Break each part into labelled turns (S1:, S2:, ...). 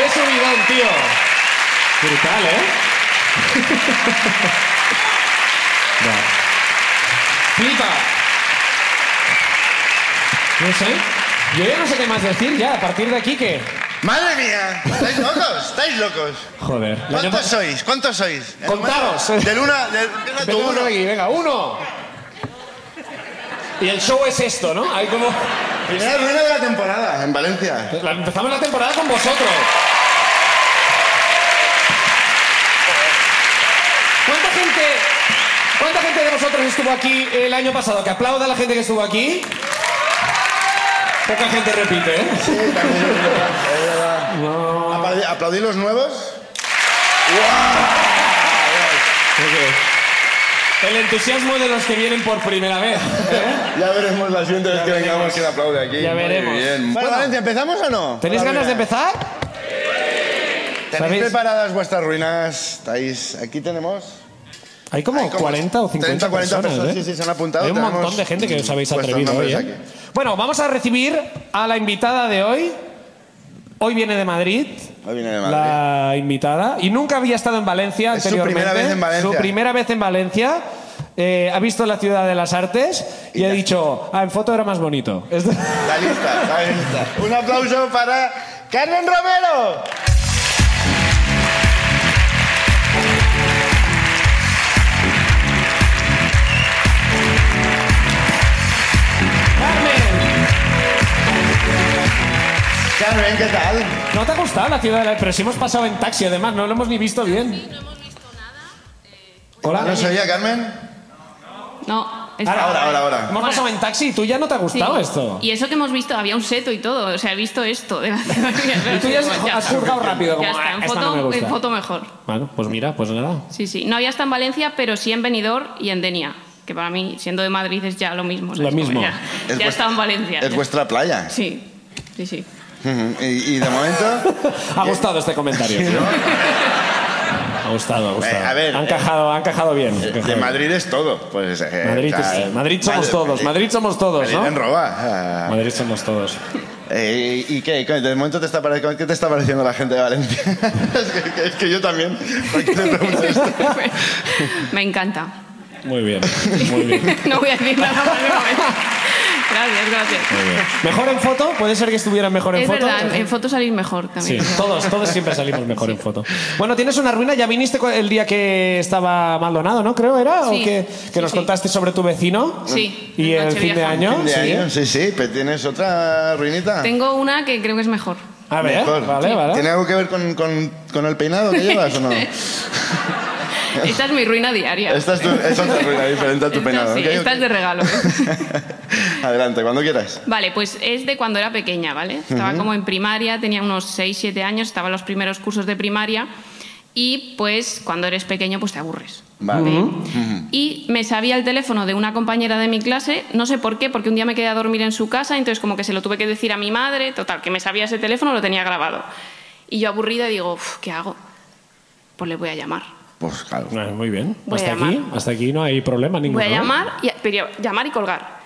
S1: Aplaudan, ¡Uh! tío. Brutal, ¿eh? No. Flipa. No sé. Yo ya no sé qué más decir ya. A partir de aquí, ¿qué?
S2: ¡Madre mía! ¿Estáis locos? ¿Estáis locos?
S1: Joder. El año
S2: ¿Cuántos
S1: pa-
S2: sois? ¿Cuántos sois?
S1: Contaros.
S2: De luna, de, empieza tú,
S1: Venga, uno
S2: uno.
S1: aquí, venga, uno. Y el show es esto, ¿no? Hay como...
S2: Primera ruina de la temporada en Valencia.
S1: Pues La- Empezamos la temporada con vosotros. ¿Cuánta gente, ¿Cuánta gente de vosotros estuvo aquí el año pasado? Que aplauda a la gente que estuvo aquí. Poca gente repite, ¿eh?
S2: Aplaudi- ¿Aplaudí los nuevos?
S1: El entusiasmo de los que vienen por primera vez. ¿eh?
S2: Ya veremos la siguiente vez que vengamos quién aplaude aquí.
S1: Ya veremos.
S2: Bueno, Valencia, ¿empezamos o no?
S1: ¿Tenéis
S2: Con la
S1: ganas de
S2: ruina.
S1: empezar?
S2: ¿Tenéis
S1: ¿Sabéis?
S2: preparadas vuestras ruinas? ¿Estáis? Aquí tenemos...
S1: Hay como,
S2: Hay como
S1: 40 o 50
S2: 30 o 40
S1: personas,
S2: personas,
S1: ¿eh?
S2: sí, sí, se han apuntado.
S1: Hay un
S2: Tenemos
S1: montón de gente que os habéis
S2: vuestros
S1: atrevido hoy, ¿eh?
S2: nombres aquí.
S1: Bueno, vamos a recibir a la invitada de hoy. Hoy viene de Madrid,
S2: Hoy viene de Madrid.
S1: la invitada. Y nunca había estado en Valencia
S2: Es su
S1: anteriormente.
S2: primera vez en Valencia.
S1: Su primera vez en Valencia. Eh, ha visto la ciudad de las artes y,
S2: Y
S1: ha
S2: ya.
S1: dicho, ah, en foto era más bonito. Esto-
S2: Está lista, está lista. Un aplauso para Carmen Romero.
S1: Carmen,
S2: Carmen, ¿qué tal?
S1: ¿no te ha gustado la ciudad de las Pero si hemos pasado en taxi, además, no lo hemos ni visto bien. Hola.
S2: ¿No se oía, Carmen?
S3: No, es
S1: Ahora,
S2: Ahora, ahora, ahora.
S1: Hemos pasado en taxi y tú ya no te ha
S3: Sí.
S1: gustado esto.
S3: Y eso que hemos visto, había un seto y todo. O sea, he visto esto de la ciudadanía.
S1: Y tú ya has, has juzgado rápido, como,
S3: Ya pues está,
S1: "Ah,
S3: en
S1: esta
S3: foto,
S1: no me gusta".
S3: en foto mejor.
S1: Bueno, pues mira, pues nada.
S3: Sí, sí. No había hasta en Valencia, pero sí en Benidorm y en Denia. Que para mí, siendo de Madrid, es ya lo mismo. ¿sabes?
S1: Lo mismo.
S3: Como Ya,
S2: Es
S3: ya
S2: vuestra-
S3: está en Valencia.
S2: Es
S3: ya.
S2: vuestra playa.
S3: Sí, sí, sí.
S2: Ujú, Y, y de momento...
S1: Ha gustado este comentario. Ha gustado, ha gustado.
S2: Eh, a ver,
S1: han
S2: eh,
S1: cajado, han cajado bien. han
S2: De
S1: cajado
S2: Madrid es todo. Pues, eh,
S1: bien. Madrid,
S2: o sea,
S1: es- Madrid somos
S2: Madrid-
S1: todos, Madrid somos todos,
S2: Madrid en
S1: ¿no?
S2: roba. ah.
S1: Madrid somos todos.
S2: Eh, ¿Y qué? De momento te está pare- ¿Qué te está pareciendo la gente de Valencia? es, que, es que yo también. ¿Por qué le pregunto esto?
S3: Me encanta.
S1: Muy bien, muy bien.
S3: no voy a decir nada más de momento. Gracias, gracias.
S1: muy bien. Mejor en foto, puede ser que estuvieran mejor en
S3: Es
S1: foto.
S3: verdad, en foto salís mejor
S1: Sí,
S3: también.
S1: todos, todos siempre salimos mejor en foto. Bueno, tienes una ruina, ya viniste co- el día que estaba Maldonado, ¿no? Creo era, o
S3: Sí,
S1: que, que
S3: sí,
S1: nos
S3: sí.
S1: contaste sobre tu vecino.
S3: Sí,
S1: Y
S3: en
S1: el fin de
S3: Nochevieja.
S1: año.
S2: De
S1: sí.
S2: año, sí, sí, pero ¿tienes otra ruinita?
S3: Tengo una que creo que es mejor.
S1: A ver,
S2: Mejor.
S1: vale, vale.
S2: ¿Tiene algo que ver con, con- con el peinado que llevas o no?
S3: Esta es mi ruina diaria.
S2: Esta es, tu, es otra ruina diferente a tu
S3: Esta
S2: peinado.
S3: sí,
S2: ¿ok?
S3: esta es de regalo. ¿eh?
S2: Adelante, cuando quieras.
S3: Vale, pues es de cuando era pequeña, ¿vale? Estaba como en primaria, tenía unos 6, 7 años, estaba en los primeros cursos de primaria y pues cuando eres pequeño pues te aburres.
S2: Vale.
S3: Y me sabía el teléfono de una compañera de mi clase, no sé por qué, porque un día me quedé a dormir en su casa, entonces como que se lo tuve que decir a mi madre, total, que me sabía ese teléfono, lo tenía grabado. Y yo aburrida digo, "Uf, ¿qué hago? Pues le voy a llamar.
S2: Pues claro.
S1: Ah, muy bien.
S3: Voy
S1: hasta
S3: a llamar.
S1: aquí, hasta aquí no hay problema ninguno.
S3: Voy a
S1: ¿no?
S3: llamar y, pero llamar y colgar.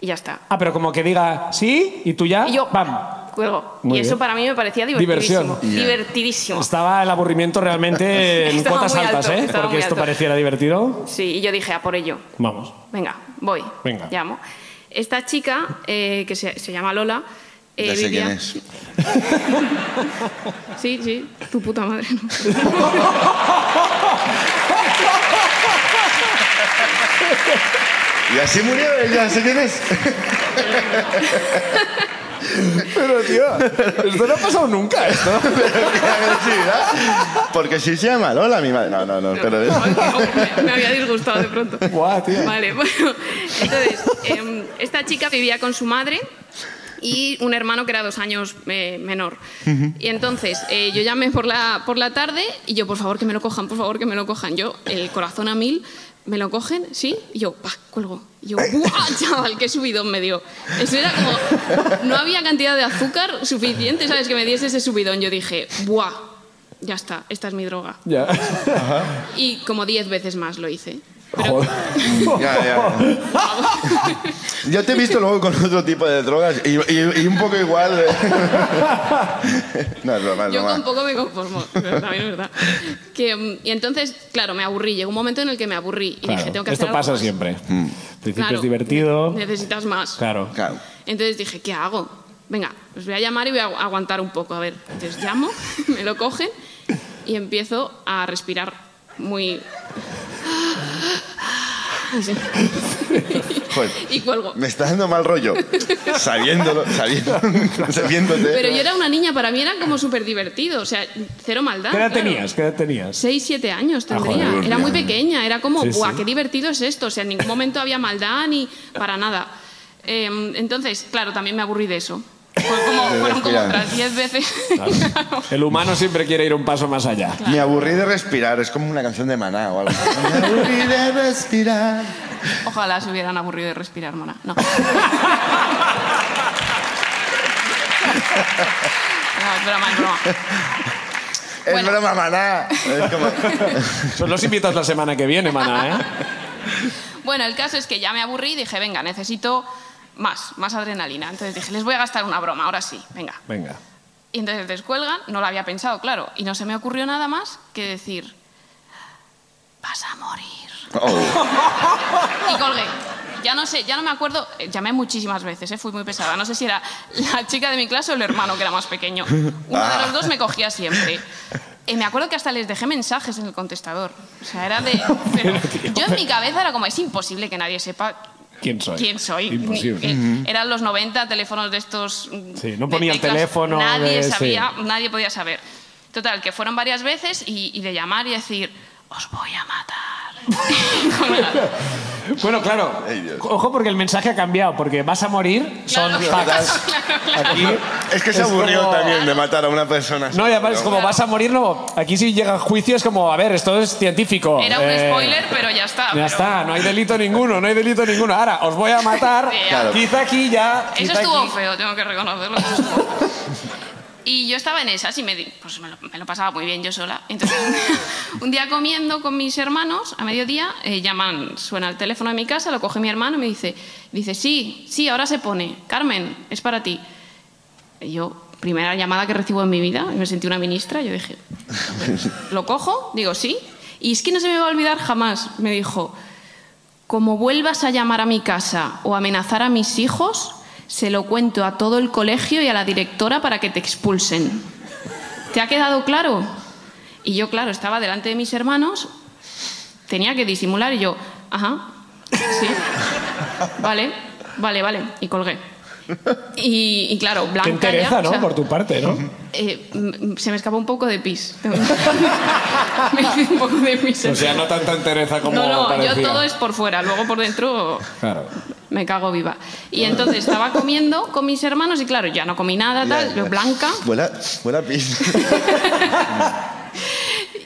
S3: Y ya está.
S1: Ah, pero como que diga sí y tú ya.
S3: Y yo,
S1: ¡Pam!
S3: Cuelgo.
S1: Ah, Muy
S3: y eso
S1: bien.
S3: para mí me parecía divertidísimo.
S1: Diversión.
S2: Ya.
S3: Divertidísimo.
S1: Estaba el aburrimiento realmente en
S3: Estaba
S1: cuotas
S3: muy
S1: altas,
S3: alto,
S1: ¿eh?
S3: estaba
S1: Porque
S3: muy
S1: esto
S3: alto.
S1: pareciera divertido.
S3: Sí, y yo dije, a por ello.
S1: Vamos.
S3: Venga, voy.
S1: Venga.
S3: Llamo. Esta chica, eh, que se, se llama Lola, eh,
S2: Ya sé
S3: vivía-
S2: quién es.
S3: Sí, sí, tu puta madre.
S2: Y así murió ella, sé quién es.
S1: Pero, tío, esto no ha pasado nunca, esto.
S2: Qué agresividad. Porque si se llama Lola, mi madre. No, no, no, pero es.
S3: Me- Me había disgustado de pronto.
S1: Guau, tío.
S3: Vale, bueno. Entonces, em, esta chica vivía con su madre y un hermano que era dos años eh, menor. Y entonces eh, yo llamé por la, por la tarde y yo, por favor, que me lo cojan, por favor, que me lo cojan. Yo, el corazón a mil, me lo cogen, ¿sí? Y yo, pa, cuelgo. Y yo, ¡buah, chaval, qué subidón me dio! Eso era como... No había cantidad de azúcar suficiente, ¿sabes? Que me diese ese subidón. Yo dije, ¡buah! Ya está, esta es mi droga.
S1: Ya.
S3: Y como 10 veces más lo hice.
S2: Joder. Ya, ya. Yo te he visto luego con otro tipo de drogas y, y- y un poco igual. de- no, es broma, es
S3: Yo
S2: broma.
S3: con poco me conformo, pero también es verdad. Que, mm, y entonces, claro, me aburrí. Llegó un momento en el que me aburrí y dije, tengo que hacer
S4: Esto
S3: algo
S4: pasa
S3: más".
S4: siempre. Al principio
S3: Claro.
S4: es divertido.
S3: Necesitas más.
S4: Mm. Claro.
S2: Claro.
S3: Entonces dije, ¿qué hago? Venga, os voy a llamar y voy a agu- aguantar un poco. A ver, entonces llamo, me lo cogen y empiezo a respirar muy... Así.
S2: Joder.
S3: Y cuelgo.
S2: Me está dando mal rollo. Sabiéndolo, sabiendo, sabiéndote.
S3: Pero yo era una niña, para mí era como súper divertido, o sea, cero maldad.
S4: ¿Qué edad
S3: claro.
S4: tenías? ¿Qué edad tenías?
S3: Seis, siete años tendría.
S4: Ah, joder,
S3: era muy
S2: Dios
S3: pequeña, era como,
S4: Sí,
S3: ¡buah,
S4: sí.
S3: qué divertido es esto! O sea, en ningún momento había maldad ni para nada. Eh, entonces, claro, también me aburrí de eso. Fue como,
S2: De
S3: fueron como
S2: respirar.
S3: otras diez veces.
S4: El humano siempre quiere ir un paso más allá.
S2: Me aburrí de respirar, es como una canción de maná o algo. Me aburrí de respirar.
S3: Ojalá se hubieran aburrido de respirar, mona. No. No, es broma, es broma.
S2: Es
S3: Bueno.
S2: broma, maná. Es como...
S4: Son los invitas la semana que viene, maná, ¿eh?
S3: Bueno, el caso es que ya me aburrí y dije, venga, necesito más, más adrenalina. Entonces dije, les voy a gastar una broma, ahora sí, venga.
S4: Venga.
S3: Y entonces descuelgan, no lo había pensado, claro, y no se me ocurrió nada más que decir, vas a morir.
S2: Oh,
S3: Y colgué. Ya no sé, ya no me acuerdo, eh, llamé muchísimas veces, eh, fui muy pesada, no sé si era la chica de mi clase o el hermano que era más pequeño. Uno de los dos me cogía siempre. Eh, me acuerdo que hasta les dejé mensajes en el contestador. O sea, era de...
S4: Pero, tío.
S3: yo en mi cabeza era como, es imposible que nadie sepa
S4: ¿Quién soy?
S3: quién soy.
S4: Imposible.
S3: Ni- que Eran los 90 teléfonos de estos. mm,
S4: Sí, no
S3: de
S4: ponía el
S3: teclas.
S4: teléfono
S3: Nadie
S4: de- sí.
S3: sabía, nadie podía saber. Total, que fueron varias veces y, y de llamar y decir, os voy a matar. Con la-
S4: Bueno, claro.
S2: Ay, Dios.
S4: Ojo porque el mensaje ha cambiado, porque vas a morir son
S3: Claro,
S4: facts.
S3: claro, claro.
S4: Aquí
S2: es que se
S4: es
S2: aburrió
S4: como-
S2: también de matar a una persona.
S4: No, y además, como vas a morir, no. Aquí si llega a juicio es como, a ver, esto es científico.
S3: Era un
S4: Eh,
S3: spoiler, pero ya está.
S4: Ya
S3: pero-
S4: está, no hay delito ninguno, no hay delito ninguno. Ahora, os voy a matar.
S3: Sí, ya.
S2: Claro.
S4: Quizá aquí ya.
S3: Eso
S4: quizá
S3: estuvo
S4: aquí.
S3: feo, tengo que reconocerlo. eso estuvo. Y yo estaba en esas y me, di- pues me, lo, me lo pasaba muy bien yo sola. Entonces, un día, un día comiendo con mis hermanos, a mediodía, eh, llaman, suena el teléfono de mi casa, lo coge mi hermano y me dice, dice, sí, sí, ahora se pone, Carmen, es para ti. Y yo, primera llamada que recibo en mi vida, y me sentí una ministra, yo dije, "Pues, lo cojo, digo, sí, y es que no se me va a olvidar jamás, me dijo, como vuelvas a llamar a mi casa o amenazar a mis hijos, se lo cuento a todo el colegio y a la directora para que te expulsen. ¿Te ha quedado claro? Y yo, claro, estaba delante de mis hermanos, tenía que disimular y yo, ajá, sí, vale, vale, vale, y colgué. Y, y claro, Blanca
S4: Te
S3: ya,
S4: interesa,
S3: o
S4: ¿no?
S3: sea,
S4: Por tu parte, ¿no?
S3: eh, m- m- se me escapó un poco de pis. me hice un poco de pis.
S4: O sea, no tanta entereza como
S3: no, no,
S4: parecía.
S3: yo todo es por fuera, luego por dentro
S4: Claro.
S3: me cago viva. Y entonces estaba comiendo con mis hermanos y claro, ya no comí nada, tal,
S2: Ya, ya.
S3: blanca.
S2: Vuela, vuela pis.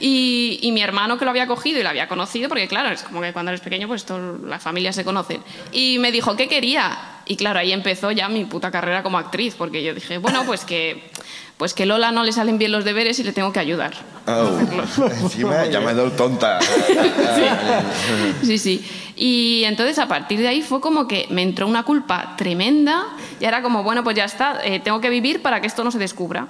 S3: Y, y mi hermano que lo había cogido y lo había conocido, porque claro, es como que cuando eres pequeño, pues todas las familias se conocen. Y me dijo, ¿qué quería? Y claro, ahí empezó ya mi puta carrera como actriz, porque yo dije, bueno, pues que, pues que Lola no le salen bien los deberes y le tengo que ayudar.
S2: Oh. Encima llamado tonta.
S3: Sí, sí. Y entonces a partir de ahí fue como que me entró una culpa tremenda y era como, bueno, pues ya está, eh, tengo que vivir para que esto no se descubra.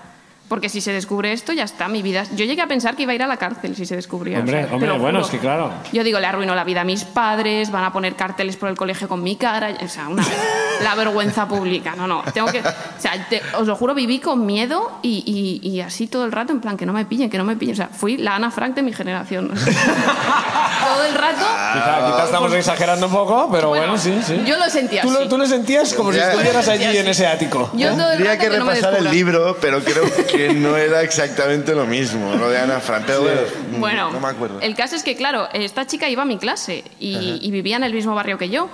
S3: Porque si se descubre esto, ya está, mi vida. Yo llegué a pensar que iba a ir a la cárcel si se descubría.
S4: Hombre,
S3: te
S4: hombre,
S3: lo
S4: bueno,
S3: juro.
S4: es que claro.
S3: Yo digo, le arruino la vida a mis padres, van a poner carteles por el colegio con mi cara, o sea, una, la vergüenza pública. No, no, tengo que. O sea, te- os lo juro, viví con miedo y, y- y así todo el rato, en plan, que no me pillen, que no me pillen. O sea, fui la Ana Frank de mi generación. todo el rato.
S4: Quizá,
S2: Ah,
S4: quizá estamos
S2: pues,
S4: exagerando un poco, pero bueno, sí, sí.
S3: Yo lo sentía
S4: tú, lo,
S3: así.
S4: tú lo sentías como si
S2: Ya.
S4: estuvieras
S3: Yo lo sentía
S4: allí en
S3: así.
S4: ese ático.
S3: Yo todo el
S2: Tendría
S3: rato
S2: que
S3: que no me
S2: repasar el
S3: descubran.
S2: libro, pero creo que no era exactamente lo mismo, lo de Ana Frank. Pero bueno, mm,
S3: Bueno,
S2: no me acuerdo.
S3: el caso es que, claro, esta chica iba a mi clase y, y vivía en el mismo barrio que yo.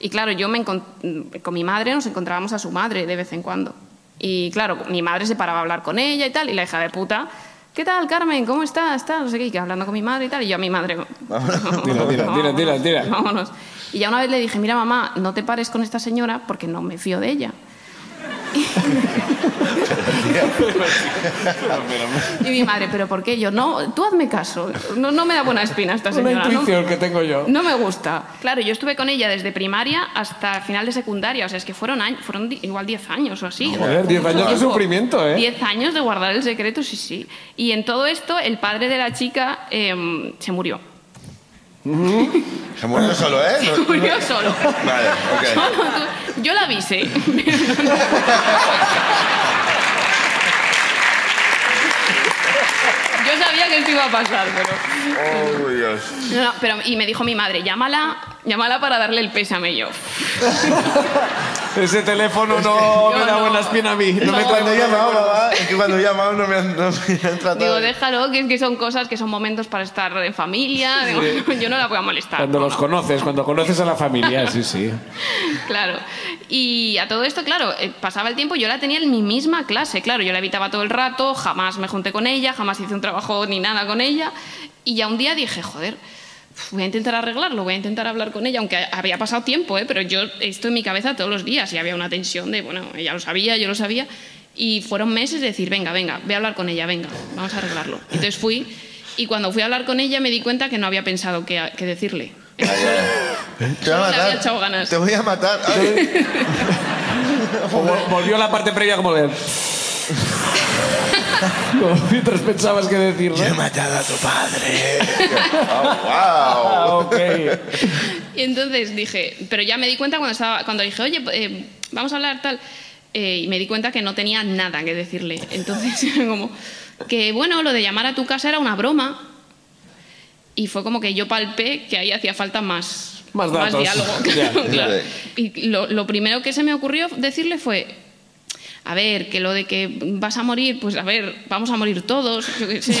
S3: Y claro, yo me encon- con mi madre nos encontrábamos a su madre de vez en cuando. Y claro, mi madre se paraba a hablar con ella y tal, y la hija de puta, ¿qué tal, Carmen? ¿Cómo estás? Tal, no sé qué, y que hablando con mi madre y tal, y yo a mi madre...
S4: Tira, tira, tira, tira, tira.
S3: Vámonos. Y ya una vez le dije, mira mamá, no te pares con esta señora porque no me fío de ella.
S2: pues, Ah,
S3: Y mi madre, ¿pero por qué? Yo, no, tú hazme caso. No, no me da buena espina esta
S4: Una
S3: señora. ¿no?
S4: intuición que tengo yo.
S3: No me gusta. Claro, yo estuve con ella desde primaria hasta final de secundaria. O sea, es que fueron, años, fueron di- igual 10 años o así.
S4: Joder, 10 años de
S3: Mucho tiempo.
S4: sufrimiento, ¿eh?
S3: 10 años de guardar el secreto, sí, sí. Y en todo esto, el padre de la chica em, se murió.
S2: Se muere solo, ¿eh? No-
S3: Murió solo.
S2: Vale, ok.
S3: Solo tú- Yo la avisé. Yo sabía que esto iba a pasar, pero...
S2: Oh, Dios.
S3: No, no, pero y me dijo mi madre, llámala, llámala para darle el pésame Y yo.
S4: Ese teléfono no
S3: Yo
S4: me da
S3: no.
S4: buena espina a mí. No,
S3: No.
S4: me
S2: Cuando he
S4: cuando
S2: llamado, mamá, es que cuando he llamado no me han, no me han tratado.
S3: Digo,
S2: de-
S3: déjalo, que es que son cosas que son momentos para estar en familia. digo, yo no la voy a molestar.
S4: Cuando
S3: no,
S4: los
S3: no.
S4: conoces, cuando conoces a la familia, sí, sí.
S3: Claro. Y a todo esto, claro, eh, pasaba el tiempo, yo la tenía en mi misma clase, claro, yo la evitaba todo el rato, jamás me junté con ella, jamás hice un trabajo ni nada con ella. Y ya un día dije, joder, voy a intentar arreglarlo, voy a intentar hablar con ella, aunque había pasado tiempo, ¿eh? pero yo esto en mi cabeza todos los días y había una tensión de, bueno, ella lo sabía, yo lo sabía. Y fueron meses de decir, venga, venga, voy a hablar con ella, venga, vamos a arreglarlo. Entonces fui y cuando fui a hablar con ella me di cuenta que no había pensado qué, qué decirle.
S2: Te voy a
S3: Solo le había
S2: matar.
S3: echado ganas.
S2: Te voy a matar. Ay,
S4: O vol- volvió la parte previa como de... Como Mientras pensabas que decir,
S2: he
S4: ¿no?
S2: matado a tu padre. Oh, wow.
S4: Ah, ok.
S3: Y entonces dije, pero ya me di cuenta cuando estaba, cuando dije, oye, eh, vamos a hablar tal, eh, y me di cuenta que no tenía nada que decirle. Entonces era como que bueno, lo de llamar a tu casa era una broma. Y fue como que yo palpé que ahí hacía falta más,
S4: Más datos.
S3: diálogo.
S4: Ya.
S3: Claro.
S2: Vale.
S3: Y lo, lo primero que se me ocurrió decirle fue, a ver, que lo de que vas a morir, pues a ver, vamos a morir todos, yo qué sé.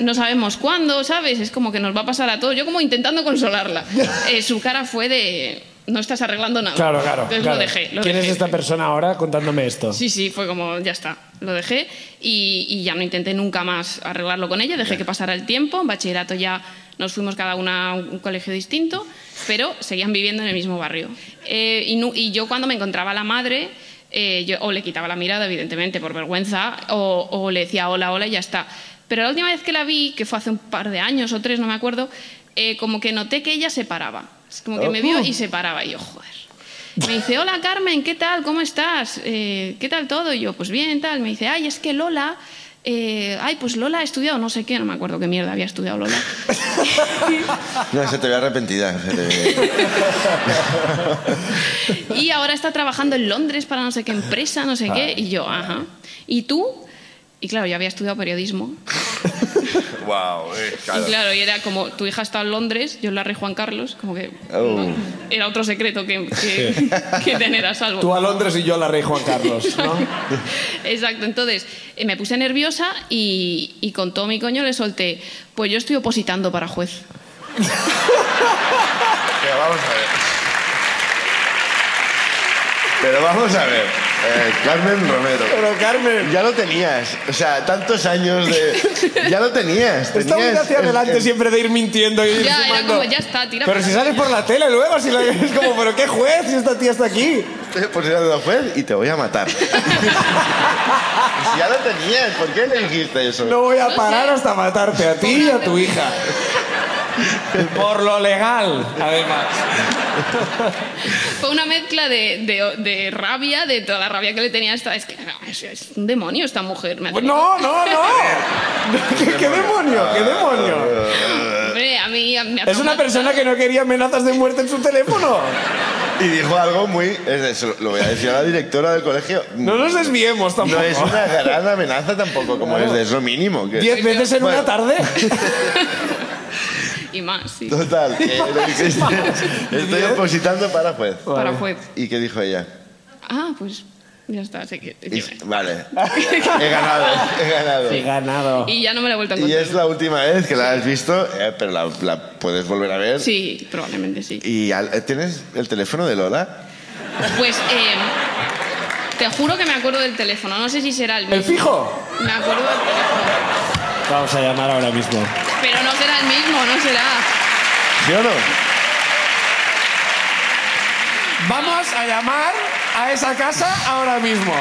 S3: No sabemos cuándo, ¿sabes? Es como que nos va a pasar a todos. Yo como intentando consolarla. Eh, su cara fue de, no estás arreglando nada.
S1: Claro, claro.
S3: Entonces
S1: claro.
S3: lo dejé. Lo
S1: ¿Quién
S3: dejé.
S1: es esta persona ahora contándome esto?
S3: Sí, sí, fue como, ya está, lo dejé y, y ya no intenté nunca más arreglarlo con ella, dejé que pasara el tiempo, en bachillerato ya nos fuimos cada una a un un colegio distinto, pero seguían viviendo en el mismo barrio. Eh, y, nu- y yo cuando me encontraba a la madre, eh, yo o le quitaba la mirada, evidentemente, por vergüenza, o, o le decía hola, hola y ya está. Pero la última vez que la vi, que fue hace un par de años o tres, no me acuerdo, eh, como que noté que ella se paraba. Es como que me vio y se paraba y yo, joder. Me dice, hola Carmen, ¿qué tal? ¿Cómo estás? Eh, ¿Qué tal todo? Y yo, pues bien, tal. Me dice, ay, es que Lola, eh, ay, pues Lola ha estudiado no sé qué, no me acuerdo qué mierda había estudiado Lola.
S2: No, se te ve arrepentida. se te ve.
S3: Y ahora está trabajando en Londres para no sé qué empresa, no sé qué. Y yo, ajá. ¿Y tú? Y claro, yo había estudiado periodismo.
S2: Wow, eh, claro.
S3: Y claro, y era como, tu hija está en Londres, yo en la rey Juan Carlos, como que
S2: Oh.
S3: era otro secreto que, que, que tener a salvo.
S4: Tú a Londres y yo a la Rey Juan Carlos, ¿no?
S3: Exacto, entonces eh, me puse nerviosa y, y con todo mi coño le solté, pues yo estoy opositando para juez.
S2: Pero vamos a ver. Pero vamos a ver. Eh, Carmen Romero.
S4: Pero Carmen,
S2: Ya lo tenías. O sea, tantos años de. Ya lo tenías. tenías
S4: está muy hacia
S2: el-
S4: adelante
S2: el-
S4: siempre de ir mintiendo y ir
S3: Ya, era
S4: sumando.
S3: como, ya está,
S4: Pero
S3: tira para
S4: si
S3: adelante.
S4: sales por la tele luego, si la es como, pero qué juez, si esta tía está aquí.
S2: Estoy eh, por ser la juez y te voy a matar. Si ya lo tenías. ¿Por qué le dijiste eso?
S4: No voy a parar hasta matarte a ti y a tu hija. Por lo legal, además.
S3: Fue una mezcla de, de- de rabia, de toda la rabia que le tenía esta... Es que no, es, es un demonio esta mujer. me ha tenido-
S4: No, no, no. ¿Qué, qué demonio? ¿Qué demonio?
S3: Hombre, a mí me ha
S4: Es una
S3: traumatizado.
S4: persona que no quería amenazas de muerte en su teléfono.
S2: Y dijo algo muy. Es de eso, lo voy a decir a la directora del colegio.
S4: No nos desviemos
S2: No
S4: tampoco.
S2: es una gran amenaza tampoco, como es de eso mínimo. Que...
S4: Diez veces en
S2: Bueno.
S4: una tarde.
S3: Y más, sí.
S2: Total, que le dijiste, estoy opositando para juez.
S3: Para
S4: Vale.
S3: juez.
S2: ¿Y qué dijo ella?
S3: Ah, pues ya está, sé que...
S2: Y- vale, he ganado, he ganado.
S4: ganado.
S3: Y ya no me la he vuelto a
S2: Y
S3: encontrar.
S2: es la última vez que la has visto, eh, pero la, la puedes volver a ver.
S3: Sí, probablemente sí.
S2: ¿Y al- eh, tienes el teléfono de Lola?
S3: Pues eh, te juro que me acuerdo del teléfono, no sé si será el mismo.
S4: ¿El fijo?
S3: Me acuerdo del teléfono.
S1: Vamos a llamar ahora mismo.
S3: Pero no será el mismo, no será.
S2: ¿Sí o no?
S4: Vamos a llamar a esa casa ahora mismo.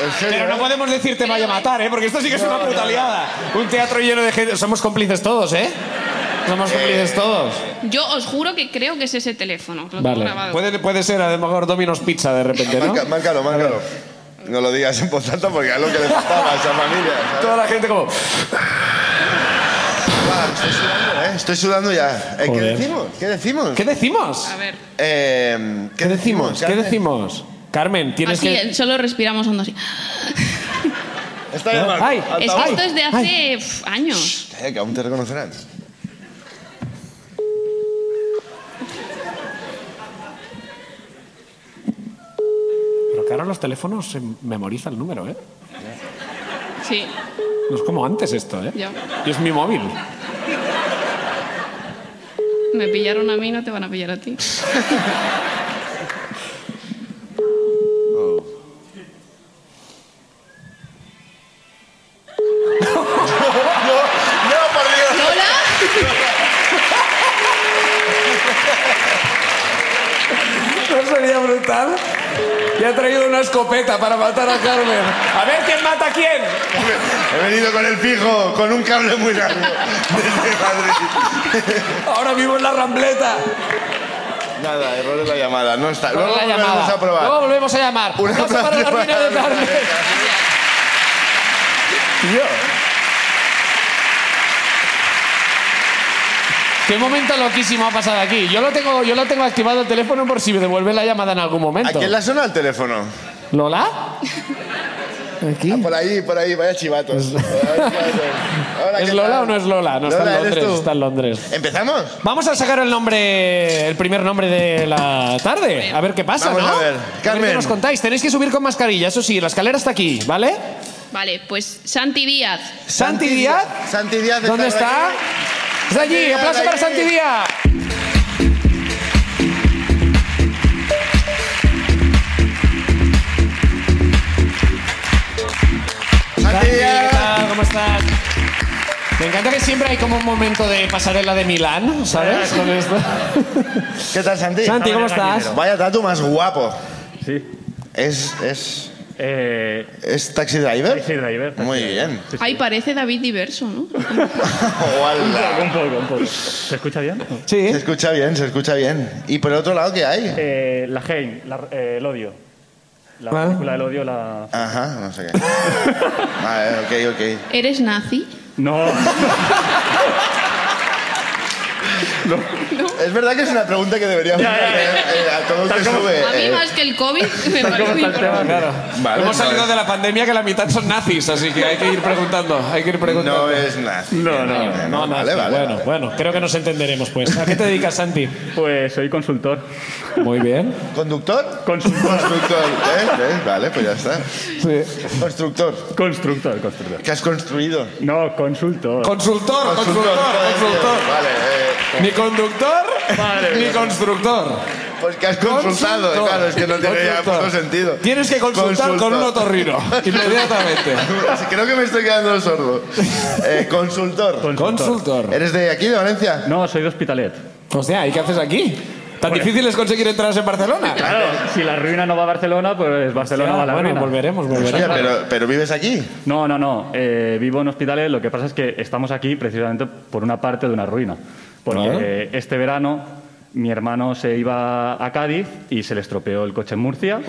S2: En serio,
S4: Pero no
S2: ¿eh?
S4: podemos decir te vaya a matar, ¿eh? Porque esto sí que es una puta liada. Un teatro lleno de gente. Somos cómplices todos, ¿eh? Somos cómplices todos.
S3: Yo os juro que creo que es ese teléfono. Lo tengo
S1: Vale.
S3: grabado.
S4: Puede, puede ser a lo mejor Domino's Pizza de repente, ¿no?
S2: Marca- Márcalo, márcalo. No lo digas en voz alta porque es lo que le faltaba a esa familia. ¿sabes?
S4: Toda la gente como...
S2: Va, estoy sudando, ¿eh? Estoy sudando ya. Eh, ¿Qué
S1: Joder.
S2: decimos? ¿Qué decimos?
S4: ¿Qué decimos?
S3: A ver.
S2: Eh, ¿Qué decimos?
S1: ¿Qué decimos? Carmen, tienes
S3: Así, eh,
S1: que...
S3: solo respiramos hondo así.
S2: Está bien, Marco.
S1: Ay.
S2: Alta
S3: Es que
S2: voz.
S3: esto es de hace pf, años.
S2: Eh, que aún te reconocerán.
S1: Pero claro, los teléfonos se memoriza el número, ¿eh?
S3: Sí,
S1: No es como antes esto, ¿eh?
S3: Ya.
S1: Y es mi móvil.
S3: me pillaron a mí, no te van a pillar a ti.
S2: ¡No, por Dios!
S3: ¿Lola?
S4: No sería brutal. Y ha traído una escopeta para matar a Carmen. A ver quién mata a quién.
S2: He venido con el fijo, con un cable muy largo. Desde Madrid.
S4: Ahora vivo en la rambleta.
S2: Nada, error de la llamada. No está. Luego
S4: Luego la
S2: volveremos
S4: llamada.
S2: a probar.
S4: Luego volvemos a llamar.
S2: Un
S4: Aplauso para la
S2: aplauso
S4: ruina de
S2: para la
S4: Carmen. Tío. Qué momento loquísimo ha pasado aquí. Yo lo tengo, yo lo tengo activado el teléfono por si me devuelve la llamada en algún
S2: ¿A
S1: momento.
S2: quién la suena el teléfono?
S1: ¿Lola?
S2: Ah,
S1: ¿Aquí?
S2: por ahí, por ahí, vaya chivatos. Vaya chivatos. Hola, ¿qué
S1: ¿Es Lola
S2: tal?
S1: o no es Lola? No
S2: Lola,
S1: está en
S2: ¿eres
S1: Londres,
S2: tú?
S1: está en Londres.
S2: ¿Empezamos?
S1: Vamos a sacar el nombre, el primer nombre de la tarde. A ver qué pasa,
S2: Vamos
S1: ¿no?
S2: a ver. Carmen.
S1: qué nos contáis. Tenéis que subir con mascarilla, eso sí. La escalera está aquí, ¿vale?
S3: Vale, pues Santi Díaz.
S1: Santi Díaz.
S2: Santi Díaz.
S1: ¿Dónde está?
S2: por aquí.
S1: Está allí.
S2: Díaz,
S1: Aplauso para
S2: allí.
S1: Santi Díaz.
S2: Santi
S1: Santi, ¿qué
S2: Díaz.
S1: tal? ¿Cómo estás? Me encanta que siempre hay como un momento de pasarela de Milán,
S2: Ah,
S1: ¿sabes? Con esto.
S2: ¿Qué tal, Santi?
S1: Santi, ¿cómo estás?
S2: Vaya tatu más guapo.
S5: Sí.
S2: Es, es,
S5: Eh,
S2: es taxi driver.
S5: Taxi Driver, Taxi
S2: Muy bien.
S3: Ay, parece David Diverso, ¿no?
S2: Ojalá.
S5: un poco, un poco. ¿Se escucha bien?
S1: Sí.
S2: Se escucha bien, se escucha bien. ¿Y por el otro lado qué hay?
S5: Eh, la Jane, la- eh, el odio. La
S1: Ah.
S5: película del odio, la...
S2: Ajá, no sé qué. Vale, ok, ok.
S3: ¿Eres nazi?
S5: No,
S2: Es verdad que es una pregunta que deberíamos
S5: Ya, ya,
S2: hacer eh, a todo el que sube.
S3: A mí
S2: eh.
S3: más que el COVID me parece importante.
S4: Claro.
S2: Vale,
S4: Hemos salido
S2: vale.
S4: de la pandemia que la mitad son nazis, así que hay que ir preguntando. Hay que ir preguntando.
S2: No es nazi.
S5: no, no.
S2: Eh,
S1: No, no,
S2: vale,
S1: sí,
S2: vale,
S1: bueno,
S2: vale.
S1: bueno, creo que nos entenderemos, pues. ¿A qué te dedicas, Santi?
S5: Pues soy consultor.
S1: Muy bien.
S2: ¿Conductor?
S5: Consultor.
S2: Constructor. ¿eh? ¿Ves? Vale, pues ya está. Constructor.
S5: Constructor, constructor.
S2: ¿Qué has construido?
S5: No, consultor.
S4: Consultor, consultor,
S2: joder, tío.
S4: consultor.
S2: Vale, eh,
S4: Ni conductor,
S5: Vale,
S4: ni
S5: vale.
S4: constructor.
S2: pues que has consultado.
S4: Consultor.
S2: Claro, es que no tiene ya
S4: Consultor.
S2: mucho sentido.
S4: Tienes que consultar con un otorrino, inmediatamente.
S2: Creo que me estoy quedando sordo. Eh, consultor.
S4: Consultor.
S2: ¿Eres de aquí, de Valencia?
S5: No, soy de Hospitalet.
S4: Hostia, ¿y qué haces aquí? ¿Tan difícil es conseguir entradas en Barcelona?
S5: Claro, si la ruina no va a Barcelona, pues Barcelona va a la
S1: Ah, bueno,
S5: ruina.
S1: volveremos, volveremos.
S2: Hostia, pero, pero vives aquí.
S5: No, no, no. eh, vivo en hospitales. Lo que pasa es que estamos aquí precisamente por una parte de una ruina. Porque
S1: Claro.
S5: eh, este verano mi hermano se iba a Cádiz y se le estropeó el coche en Murcia.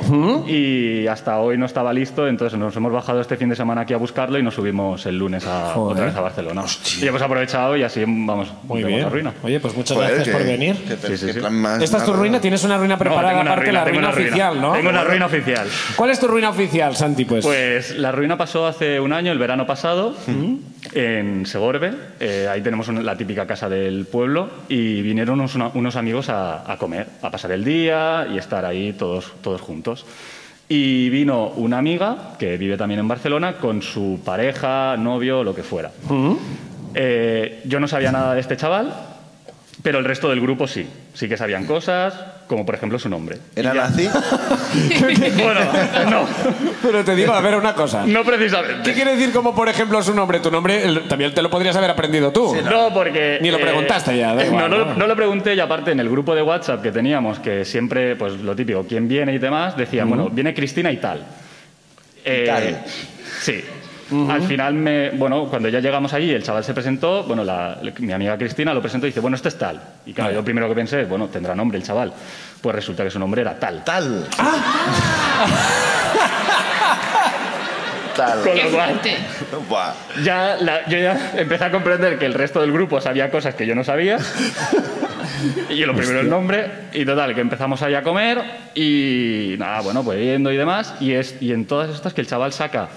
S5: Y hasta hoy no estaba listo. Entonces nos hemos bajado este fin de semana aquí a buscarlo y nos subimos el lunes a,
S1: Joder.
S5: otra vez a Barcelona. Y hemos aprovechado y así vamos
S1: Muy
S5: vamos
S1: bien.
S5: a ruina.
S1: Oye, pues muchas
S2: Joder,
S1: gracias
S2: que-
S1: por venir.
S2: que-
S5: Sí, sí,
S2: que
S5: sí.
S2: plan más-
S1: ¿Esta es tu
S2: más-
S1: ruina? ¿Tienes una ruina
S5: No,
S1: preparada?
S5: tengo una
S1: aparte, la
S5: tengo
S1: ruina
S5: una
S1: oficial, ¿no?
S5: Tengo una ruina oficial.
S1: ¿Cuál es tu ruina oficial, Santi, pues?
S5: Pues la ruina pasó hace un año, el verano pasado, en Segorbe. Eh, ahí tenemos una- la típica casa del pueblo y vinieron unos, una- unos amigos a, a comer, a pasar el día y estar ahí todos, todos juntos. Y vino una amiga que vive también en Barcelona con su pareja, novio, lo que fuera. Eh, yo no sabía nada de este chaval Pero el resto del grupo sí, sí que sabían cosas, como por ejemplo su nombre. Y
S2: ¿Era
S5: ya.
S2: nazi?
S5: Bueno, no,
S1: Pero te digo, a ver una cosa.
S5: no
S1: ¿Qué
S5: precisamente.
S1: quiere decir como, por ejemplo, su nombre? Tu nombre el- también te lo podrías haber aprendido tú.
S5: No, porque...
S1: Ni lo preguntaste ya, da
S5: eh,
S1: igual,
S5: no, no,
S1: ¿no?
S5: no lo pregunté y aparte en el grupo de WhatsApp que teníamos, que siempre, pues lo típico, quién viene y demás, decían, bueno, viene Cristina y tal. Eh,
S2: tal.
S5: Sí. Al final, me, bueno, cuando ya llegamos allí, el chaval se presentó, bueno, la- mi amiga Cristina lo presentó y dice, bueno, este es tal. Y
S1: Ah,
S5: claro, yo primero que pensé, es, bueno, tendrá nombre el chaval. Pues resulta que su nombre era tal.
S2: Tal. Tal.
S5: Con
S3: Qué
S5: lo cual,
S3: fuerte.
S2: Buah.
S5: ya la- yo ya empecé a comprender que el resto del grupo sabía cosas que yo no sabía. y yo lo primero el nombre. Y total, que empezamos ahí a comer y nada, bueno, pues yendo y demás. Y, es, y en todas estas que el chaval saca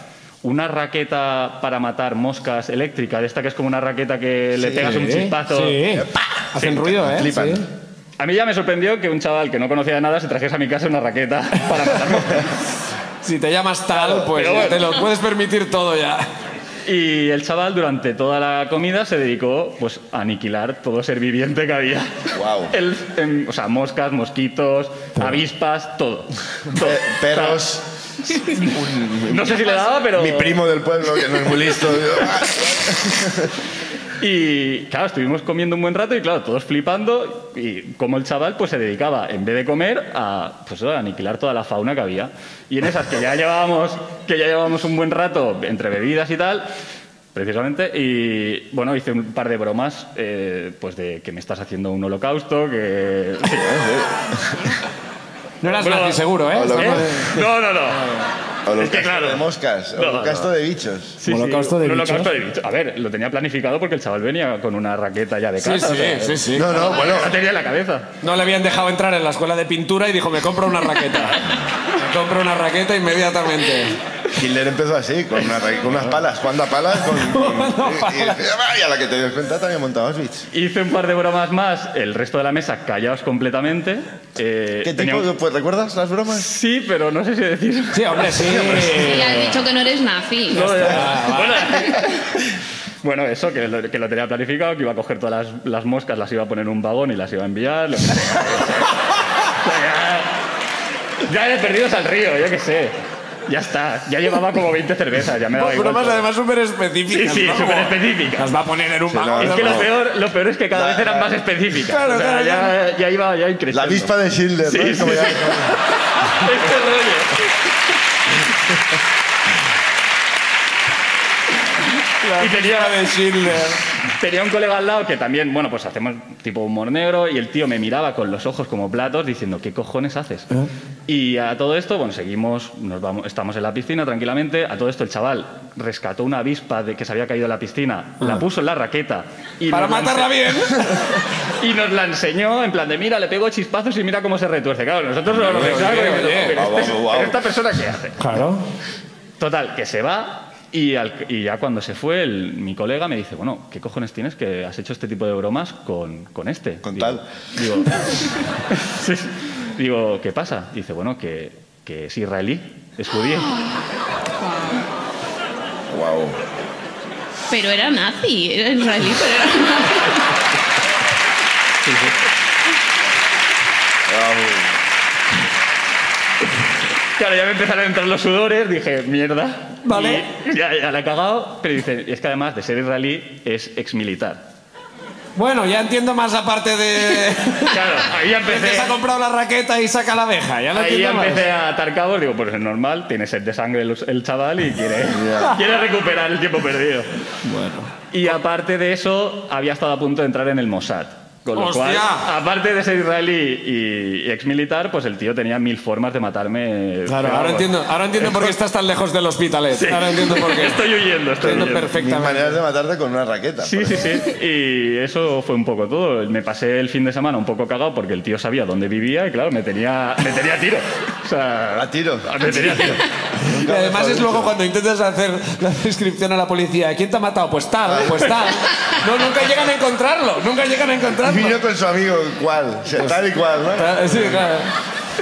S5: una raqueta para matar moscas eléctrica, de esta que es como una raqueta que le pegas un chispazo.
S1: Sí. Hacen ruido, ¿eh?
S2: Flipan.
S1: Sí.
S5: A mí ya me sorprendió que un chaval que no conocía de nada se trajese a mi casa una raqueta para matar moscas.
S1: Si te llamas tal, pues
S5: pero
S1: ya
S5: bueno.
S1: te lo puedes permitir todo ya.
S5: Y el chaval durante toda la comida se dedicó pues, a aniquilar todo ser viviente que había.
S2: Guau.
S5: El- em, o sea, moscas, mosquitos, avispas, todo. Todo.
S2: Pe- Eh, perros.
S5: No sé si le daba, pero...
S2: Mi primo del pueblo, que no es muy listo.
S5: Y claro, estuvimos comiendo un buen rato y claro, todos flipando y como el chaval pues se dedicaba, en vez de comer, a, pues, a aniquilar toda la fauna que había. Y en esas que ya llevábamos, que ya llevábamos un buen rato entre bebidas y tal, precisamente, y bueno, hice un par de bromas eh, pues de que me estás haciendo un holocausto, que...
S1: No eras
S5: Bueno,
S1: nazi, seguro, ¿eh?
S2: hola.
S5: ¿Eh? No, no, no.
S2: Holocausto
S5: claro.
S2: de moscas.
S5: No,
S2: Holocausto de bichos.
S5: Sí, sí,
S1: Holocausto de
S5: un holocausto
S1: bichos.
S5: de bichos. A ver, lo tenía planificado porque el chaval venía con una raqueta ya de casa.
S1: Sí,
S5: o
S1: sí,
S5: sea,
S1: sí, sí.
S2: No, no, bueno.
S5: La tenía en la cabeza.
S1: No le habían dejado entrar en la escuela de pintura y dijo, me compro una raqueta. Me compro una raqueta inmediatamente.
S2: Hitler empezó así, con, una ra- con unas palas. ¿Cuántas palas? Con, con- y- y a la que te dio cuenta también montaba Auschwitz.
S5: Hice un par de bromas más, el resto de la mesa callados completamente. Eh,
S2: ¿Qué
S5: tenía
S2: tipo?
S5: un-
S2: de- pues, ¿Recuerdas las bromas?
S5: Sí, pero no sé si decir.
S1: Sí, hombre, sí.
S3: Y has dicho que no eres nazi.
S5: No, ya- bueno, bueno, eso, que lo, que lo tenía planificado, que iba a coger todas las, las moscas, las iba a poner en un vagón y las iba a enviar. lo que sea. O sea, ya, ya de perdidos al río, yo qué sé. Ya está, ya llevaba como 20 cervezas, ya me daba igual.
S1: Bromas
S5: todo.
S1: además súper específicas.
S5: Sí, sí,
S1: ¿no?
S5: súper
S1: Como,
S5: específicas.
S1: Las va a poner en un
S2: Sí, no,
S1: vagón.
S2: es
S5: Es que
S2: no.
S5: lo peor, lo peor es que cada vez eran más específicas.
S1: Claro,
S5: O sea,
S1: claro,
S5: ya, ya iba ya iba
S2: La
S5: creciendo.
S2: avispa de Hitler.
S5: Sí,
S2: ¿no?
S5: sí,
S2: Como ya-
S5: sí. Este rollo. Y tenía,
S1: de Schindler.
S5: tenía un colega al lado que también, bueno, pues hacemos tipo humor negro y el tío me miraba con los ojos como platos diciendo, ¿qué cojones haces? Y a todo esto, bueno, seguimos, nos vamos, estamos en la piscina tranquilamente, a todo esto el chaval rescató una avispa de que se había caído en la piscina, la puso en la raqueta y
S1: Para
S5: nos la
S1: matarla
S5: ense-
S1: bien.
S5: y nos la enseñó en plan de mira, le pego chispazos y mira cómo se retuerce. Claro, nosotros no lo pensamos.
S1: oye,
S5: porque,
S1: oye.
S5: pero
S2: Guau,
S5: este-
S2: guau,
S5: pero
S2: guau.
S5: esta persona qué hace.
S1: Claro.
S5: Total, que se va y, al- y ya cuando se fue, el- mi colega me dice, bueno, ¿qué cojones tienes que has hecho este tipo de bromas con, con este?
S2: Con
S5: Digo-
S2: tal.
S5: Digo, sí. Digo, ¿qué pasa? Dice, bueno, que, que es israelí, es judío.
S2: Guau.
S3: Pero era nazi, era israelí, pero era nazi.
S2: Guau.
S5: Claro, ya me empezaron a entrar los sudores, dije, mierda.
S1: Vale.
S5: Y ya, ya la he cagado, pero dice, es que además de ser israelí, es exmilitar.
S1: Bueno, ya entiendo más aparte de...
S5: Claro, ahí ya
S1: Que
S5: empecé.
S1: se ha comprado la raqueta y saca la abeja. Ya lo
S5: Ahí ya
S1: entiendo más.
S5: empecé a atar cabos, digo, pues es normal, tiene sed de sangre el, el chaval y quiere,
S2: Ya.
S5: quiere recuperar el tiempo perdido. Y aparte de eso, había estado a punto de entrar en el Mossad. Con lo
S1: ¡Hostia!
S5: cual, aparte de ser israelí y exmilitar, pues el tío tenía mil formas de matarme.
S1: Claro, ahora entiendo, ahora entiendo por qué estás tan lejos del hospitalet. Ahora entiendo por qué.
S5: Estoy huyendo, estoy
S1: Entiendo
S5: huyendo.
S2: Mil
S1: perfectamente.
S2: maneras de matarte con una raqueta. pues.
S5: Sí, sí, sí. Y eso fue un poco todo. Me pasé el fin de semana un poco cagado porque el tío sabía dónde vivía y, claro, me tenía, me tenía a tiro. O sea,
S2: A tiro.
S5: me tenía a tiro.
S1: Y además es luego cuando intentas hacer la descripción a la policía. ¿Quién te ha matado? Pues tal, pues tal. No, nunca llegan a encontrarlo. Nunca llegan a encontrarlo. Ah,
S2: Vino con su amigo, ¿cuál? O sea, tal y cual, ¿no?
S1: Sí, claro.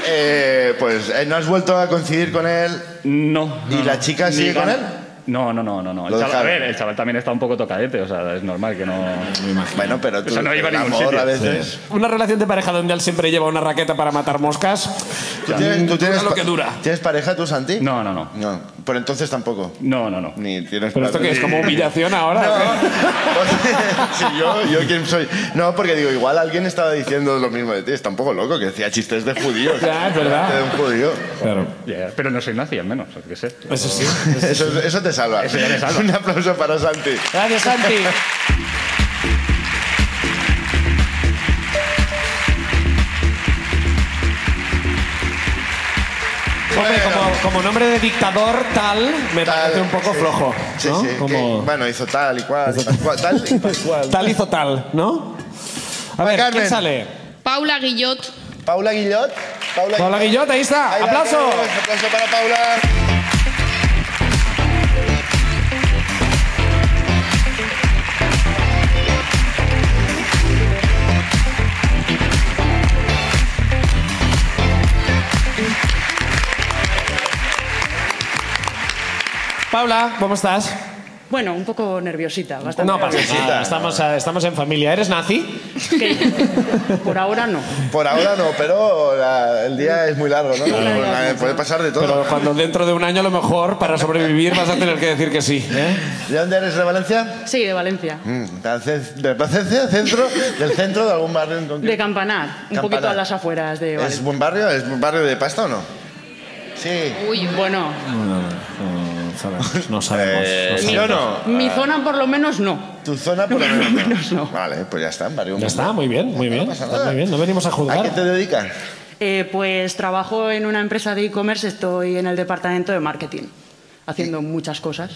S2: Eh, pues eh, no has vuelto a coincidir con él.
S5: No.
S2: ¿Y
S5: no,
S2: la
S5: no.
S2: chica
S5: Ni
S2: sigue con
S5: gana.
S2: él?
S5: No, no, no, no. no. El
S2: Lo
S5: chaval- a
S2: dejaron.
S5: ver, el chaval también está un poco tocadete, o sea, es normal que no.
S2: Bueno, pero tú.
S5: Eso no iba a
S2: el
S5: ningún
S2: amor
S5: sitio.
S2: a veces.
S1: Una relación de pareja donde él siempre lleva una raqueta para matar moscas.
S2: ¿Tú tienes, tú tienes
S1: Dura lo
S2: pa-
S1: que dura.
S2: ¿Tienes pareja tú, Santi?
S5: No, no, no.
S2: No, por entonces tampoco.
S5: No, no, no.
S2: Ni tienes
S1: ¿Pero esto qué es? ¿Como humillación ahora?
S2: si yo, yo quién soy. No, porque digo, igual alguien estaba diciendo lo mismo de ti. Es tampoco loco que decía chistes de judíos.
S1: Ya, es verdad.
S2: De un judío.
S1: Claro.
S5: Ya, Pero no soy nazi, al menos, yo qué sé.
S1: Eso sí.
S2: Eso, eso te salva.
S5: Eso ya te salva.
S2: Un aplauso para Santi.
S1: Gracias, Santi. Hombre,
S2: Bueno.
S1: como, como nombre de dictador tal, me
S2: Tal,
S1: parece un poco
S2: sí.
S1: flojo.
S2: Sí,
S1: ¿no?
S2: sí. que-
S1: Como
S2: bueno, hizo tal y cual. tal y cual, tal y cual.
S1: tal hizo tal, ¿no? A ver,
S2: Carmen.
S1: ¿quién sale?
S3: Paula Guillot.
S2: Paula Guillot. Paula,
S1: Paula Guillot, ahí está.
S2: Ahí la
S1: ¡Aplauso!
S2: tenemos, Aplauso para Paula.
S1: Paula, ¿cómo estás?
S6: Bueno, un poco nerviosita, bastante.
S1: no pasa
S2: nerviosita.
S1: nada, estamos, eh, estamos en familia. ¿Eres nazi?
S6: Que por ahora no.
S2: Por ahora no, pero la- el día es muy largo, ¿no? Bueno, Puede pasar de todo.
S1: Pero cuando dentro de un año a lo mejor, para sobrevivir, vas a tener que decir que sí. ¿eh?
S2: ¿De dónde eres? ¿De Valencia?
S6: Sí, de Valencia.
S2: Mm, ¿De Alce- de Placencia? ¿Centro? ¿Del centro de algún barrio en concreto?
S6: De Campanar, un
S2: Campanar.
S6: poquito a las afueras de
S2: ¿Es
S6: Valencia.
S2: buen barrio? ¿Es buen barrio de pasta o no? Sí.
S3: Uy, uy.
S6: Bueno,
S1: No
S2: Eh, yo no.
S6: mi zona por lo menos no.
S2: Tu zona por lo menos. no.
S6: menos no.
S2: Vale, pues ya está, barrio.
S1: Ya está, muy bien, muy bien.
S2: pasa
S1: está
S2: nada.
S1: muy bien. No venimos a
S2: ¿A qué te
S1: juzgar.
S2: dedicas?
S6: Eh, pues trabajo en una empresa de e-commerce, estoy en el departamento de marketing, haciendo muchas cosas.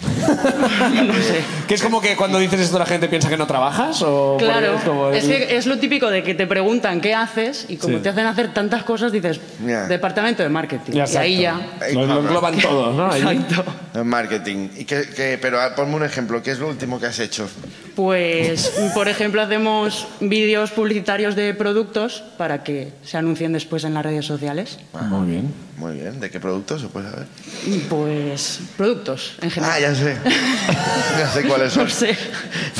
S6: no sé.
S1: ¿Que es como que cuando dices esto la gente piensa que no trabajas? ¿O
S6: Claro,
S1: es como-
S6: es, que es lo típico de que te preguntan qué haces y como
S1: Sí.
S6: te hacen hacer tantas cosas dices,
S2: Ya.
S6: departamento de marketing.
S1: Ya,
S6: y ahí ya.
S1: exacto. Lo, lo engloban todo, ¿no? Ahí.
S6: Exacto.
S2: En Marketing. ¿Y qué, qué- pero ah, ponme un ejemplo, ¿qué es lo último que has hecho?
S6: Pues, por ejemplo, hacemos vídeos publicitarios de productos para que se anuncien después en las redes sociales.
S1: Muy bien.
S2: Muy bien, ¿de qué producto se puede saber?
S6: Y, Pues, productos en general.
S2: Ah, ya sé. ya sé cuáles son.
S6: No sé.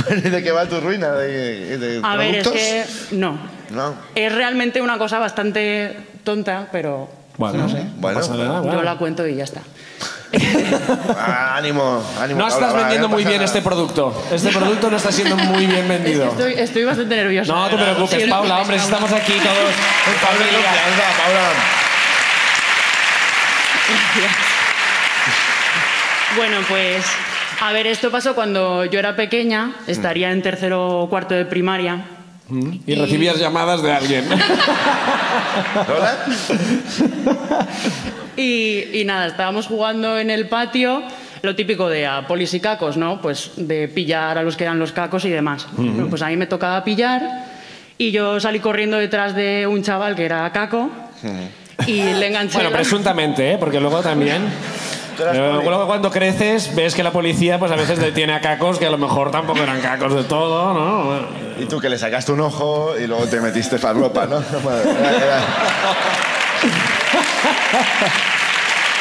S2: Bueno, ¿y ¿De qué va tu ruina? ¿De, de
S6: Pues, A ver, es
S2: productos?
S6: que no.
S2: No.
S6: Es realmente una cosa bastante tonta, pero
S1: Bueno, no,
S2: Bueno,
S1: pasa nada, bueno.
S6: yo la cuento y ya está.
S2: Ah, ánimo, ánimo.
S1: No
S2: Paula,
S1: estás
S2: va,
S1: vendiendo
S2: no
S1: muy
S2: pasa
S1: bien
S2: nada.
S1: este producto. Este producto no está siendo muy bien
S6: Es que
S1: vendido.
S6: estoy, estoy bastante nerviosa.
S1: No te preocupes, Paula, hombre, si estamos aquí todos en
S2: Paula,
S1: familia.
S2: confianza, Paula.
S6: Bueno, pues a ver, esto pasó cuando yo era pequeña, estaría en tercero o cuarto de primaria.
S1: Y recibías llamadas de alguien.
S2: ¿Lola?
S6: Y, y nada, estábamos jugando en el patio, lo típico de a polis y cacos, ¿no? Pues de pillar a los que eran los cacos y demás. Bueno, Pues a mí me tocaba pillar y yo salí corriendo detrás de un chaval que era caco y le enganché.
S1: Bueno,
S6: la-
S1: presuntamente, ¿eh? Porque luego también...
S2: Tú eras
S1: Pero
S2: poli.
S1: luego cuando creces ves que la policía pues a veces detiene a cacos que a lo mejor tampoco eran cacos de todo, ¿no? Bueno,
S2: Y tú que le sacaste un ojo y luego te metiste farlopa, ¿no? No, madre, era- era-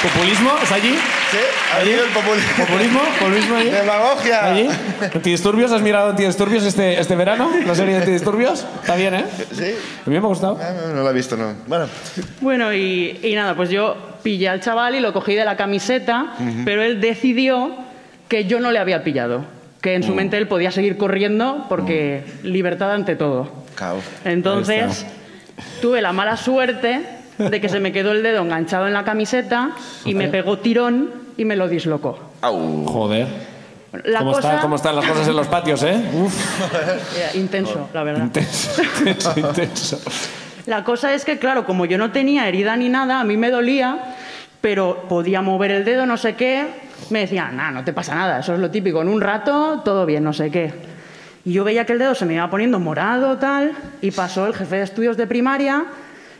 S1: ¿Populismo? ¿Está allí?
S2: ¿Sí? ¿Ha habido el populismo?
S1: ¿Populismo? ¿Populismo allí?
S2: ¡Demagogia!
S1: ¿Allí? ¿Antidisturbios? ¿Has mirado Antidisturbios este, este verano? ¿La serie de Antidisturbios? Está bien, ¿eh?
S2: ¿Sí?
S1: A mí me ha gustado.
S2: Ah, no, no lo he visto, no. Bueno,
S6: Bueno, y, y nada, pues yo pillé al chaval y lo cogí de la camiseta, pero él decidió que yo no le había pillado, que en su mente él podía seguir corriendo porque libertad ante todo.
S2: cao.
S6: Entonces, tuve la mala suerte de que se me quedó el dedo enganchado en la camiseta y me pegó tirón y me lo dislocó.
S2: Au.
S1: Joder.
S6: Bueno, La
S1: ¿Cómo,
S6: cosa
S1: está- cómo están las cosas en los patios, eh? Uf,
S6: eh, intenso, la verdad.
S1: intenso, intenso, intenso.
S6: La cosa es que, claro, como yo no tenía herida ni nada, a mí me dolía, pero podía mover el dedo, no sé qué. Me decían, nada, no te pasa nada, eso es lo típico. En un rato, todo bien, no sé qué. Y yo veía que el dedo se me iba poniendo morado, tal, y pasó el jefe de estudios de primaria.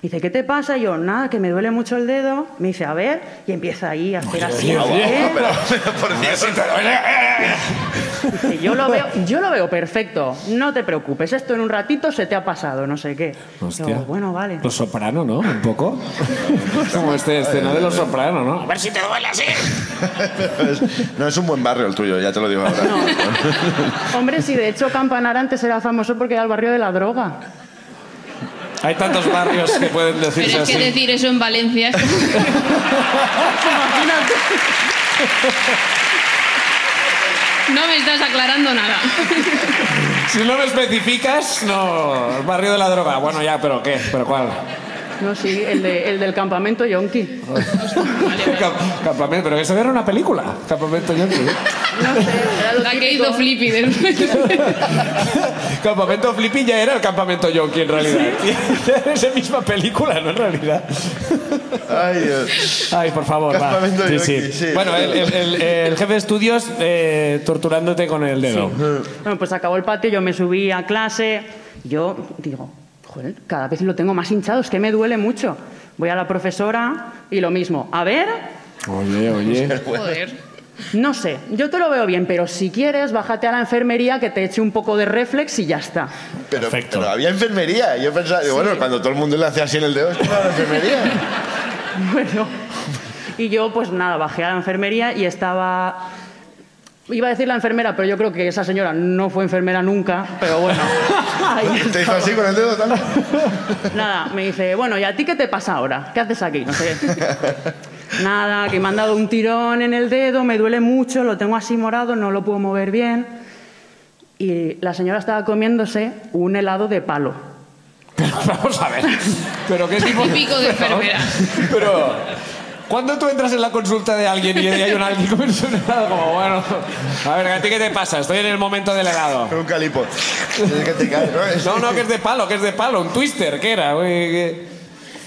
S6: y Dice, ¿qué te pasa? Y yo, nada, que me duele mucho el dedo. Me dice, a ¿eh?
S2: Oh,
S1: eh,
S6: ver, y empieza ahí a hacer así. no sé qué.
S2: Por Dios.
S6: Dije, yo lo veo, yo lo veo perfecto. No te preocupes, esto en un ratito se te ha pasado, no sé qué.
S1: Hostia.
S6: Digo, bueno, vale.
S1: Los soprano, ¿no? Un poco. Como esta escena de los soprano, ¿no? A ver si te duele así. eh.
S2: No es un buen barrio el tuyo, ya te lo digo ahora.
S6: Hombre, si de hecho Campanar antes era famoso porque era el barrio de la droga.
S1: Hay tantos barrios que pueden decirse
S3: Pero es
S1: así.
S3: que decir eso en Valencia es como-
S6: Imagínate.
S3: no me estás aclarando nada.
S1: Si no lo especificas, no. Barrio de la droga. Bueno, ya, pero ¿qué? ¿Pero cuál?
S6: No, sí, el, de- el del campamento yonki.
S1: Camp- Campamento. Pero eso era una película. Campamento Yankee.
S6: No sé, era lo
S3: La que
S6: típico.
S3: hizo Flippy del-
S1: Campamento Flippy ya era el Campamento Yankee, en realidad. Era esa misma película, ¿no? En realidad.
S2: Ay, Dios.
S1: Ay, por favor, va.
S2: Campamento
S1: Sí,
S2: Yankee,
S1: sí.
S2: sí.
S1: Bueno, el, el- el- el jefe de estudios eh, torturándote con el dedo.
S6: Bueno, pues acabó el patio, yo me subí a clase. Yo digo, joder, cada vez lo tengo más hinchado, es que me duele mucho. Voy a la profesora y lo mismo. A ver,
S1: Oye, oye.
S3: Joder.
S6: no sé, yo te lo veo bien, pero si quieres, bájate a la enfermería que te eche un poco de reflex y ya está.
S2: Pero,
S1: Perfecto.
S2: pero había enfermería. Yo pensaba, digo, bueno, cuando todo el mundo le hacía así en el dedo, es como la enfermería.
S6: Bueno, y yo pues nada, bajé a la enfermería y estaba... Iba a decir la enfermera, pero yo creo que esa señora no fue enfermera nunca, pero bueno. Ahí
S2: Te hizo así con el dedo también.
S6: Nada, me dice, bueno, ¿y a ti qué te pasa ahora? ¿Qué haces aquí? No sé. Nada, que me han dado un tirón en el dedo, me duele mucho, lo tengo así morado, no lo puedo mover bien. Y la señora estaba comiéndose un helado de palo.
S1: Vamos a ver. Pero qué tipo.
S3: Típico de enfermera.
S1: Pero. Cuando tú entras en la consulta de alguien y hay un alguien con un helado, como bueno, a ver, ¿a ti qué te pasa? Estoy en el momento del helado.
S2: Con un calipo. Es que te cae, ¿no? Es-
S1: No, no, que es de palo, que es de palo, un twister, ¿qué era? Uy, que-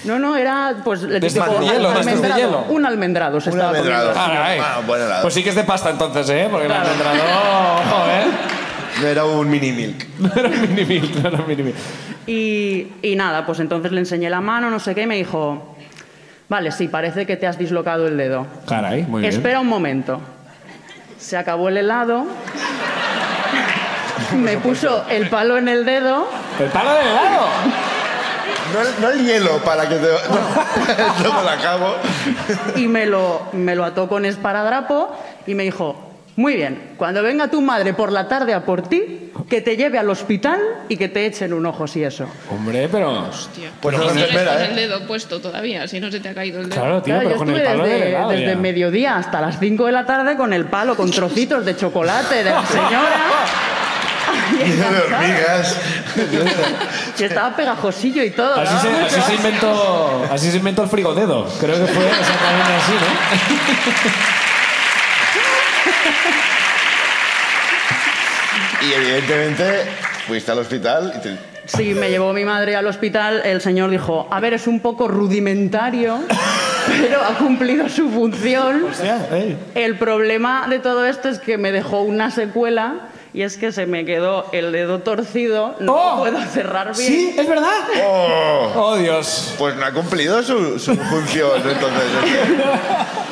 S6: No, no, era pues el
S1: De
S6: típico
S1: estos de hielo, de estos de
S6: almendrado,
S1: hielo.
S6: Un almendrado se
S2: Un
S6: estaba comiendo.
S2: almendrado.
S1: Ah, caray.
S2: Ah, buen helado.
S1: Pues sí que es de pasta entonces, ¿eh? Porque el almendrado, ojo, ¿eh?
S2: No era un mini milk.
S1: No era un mini milk, no era un mini milk.
S6: Y, y nada, pues entonces le enseñé la mano, no sé qué, y me dijo, vale, sí, parece que te has dislocado el dedo.
S1: Caray, muy bien.
S6: Espera un momento. Se acabó el helado. Me puso el palo en el dedo.
S1: ¡El palo del helado!
S2: No, el- no el hielo para que te. No, esto me lo acabo.
S6: y me lo, me lo ató con esparadrapo y me dijo, muy bien, cuando venga tu madre por la tarde a por ti, que te lleve al hospital y que te echen un ojo si eso.
S1: Hombre, pero...
S2: Pues no
S3: Si
S2: la
S3: no le
S2: enfermera,
S3: pones el
S2: ¿eh?
S3: dedo puesto todavía, si no se te ha caído el dedo.
S1: Claro, tío,
S6: Claro,
S1: pero
S6: yo
S1: con el
S6: estuve
S1: palo del
S6: desde,
S1: helado
S6: desde
S1: ya.
S6: mediodía hasta las 5 de la tarde con el palo, con trocitos de chocolate de la señora. Y
S2: Lleno de ¿eh?
S6: estaba-
S2: hormigas.
S6: y estaba pegajosillo y todo.
S1: Así
S6: ¿no?
S1: se, así se inventó, así se inventó el frigodedo. Creo que fue exactamente así, ¿no?
S2: Y evidentemente fuiste al hospital y te.
S6: Sí, me llevó mi madre al hospital. El señor dijo, a ver, es un poco rudimentario, pero ha cumplido su función. El problema de todo esto es que me dejó una secuela y es que se me quedó el dedo torcido, no
S1: ¡Oh!
S6: puedo cerrar bien.
S1: Sí, es verdad.
S2: ¡Oh!
S1: Oh, Dios.
S2: Pues no ha cumplido su, su función, entonces.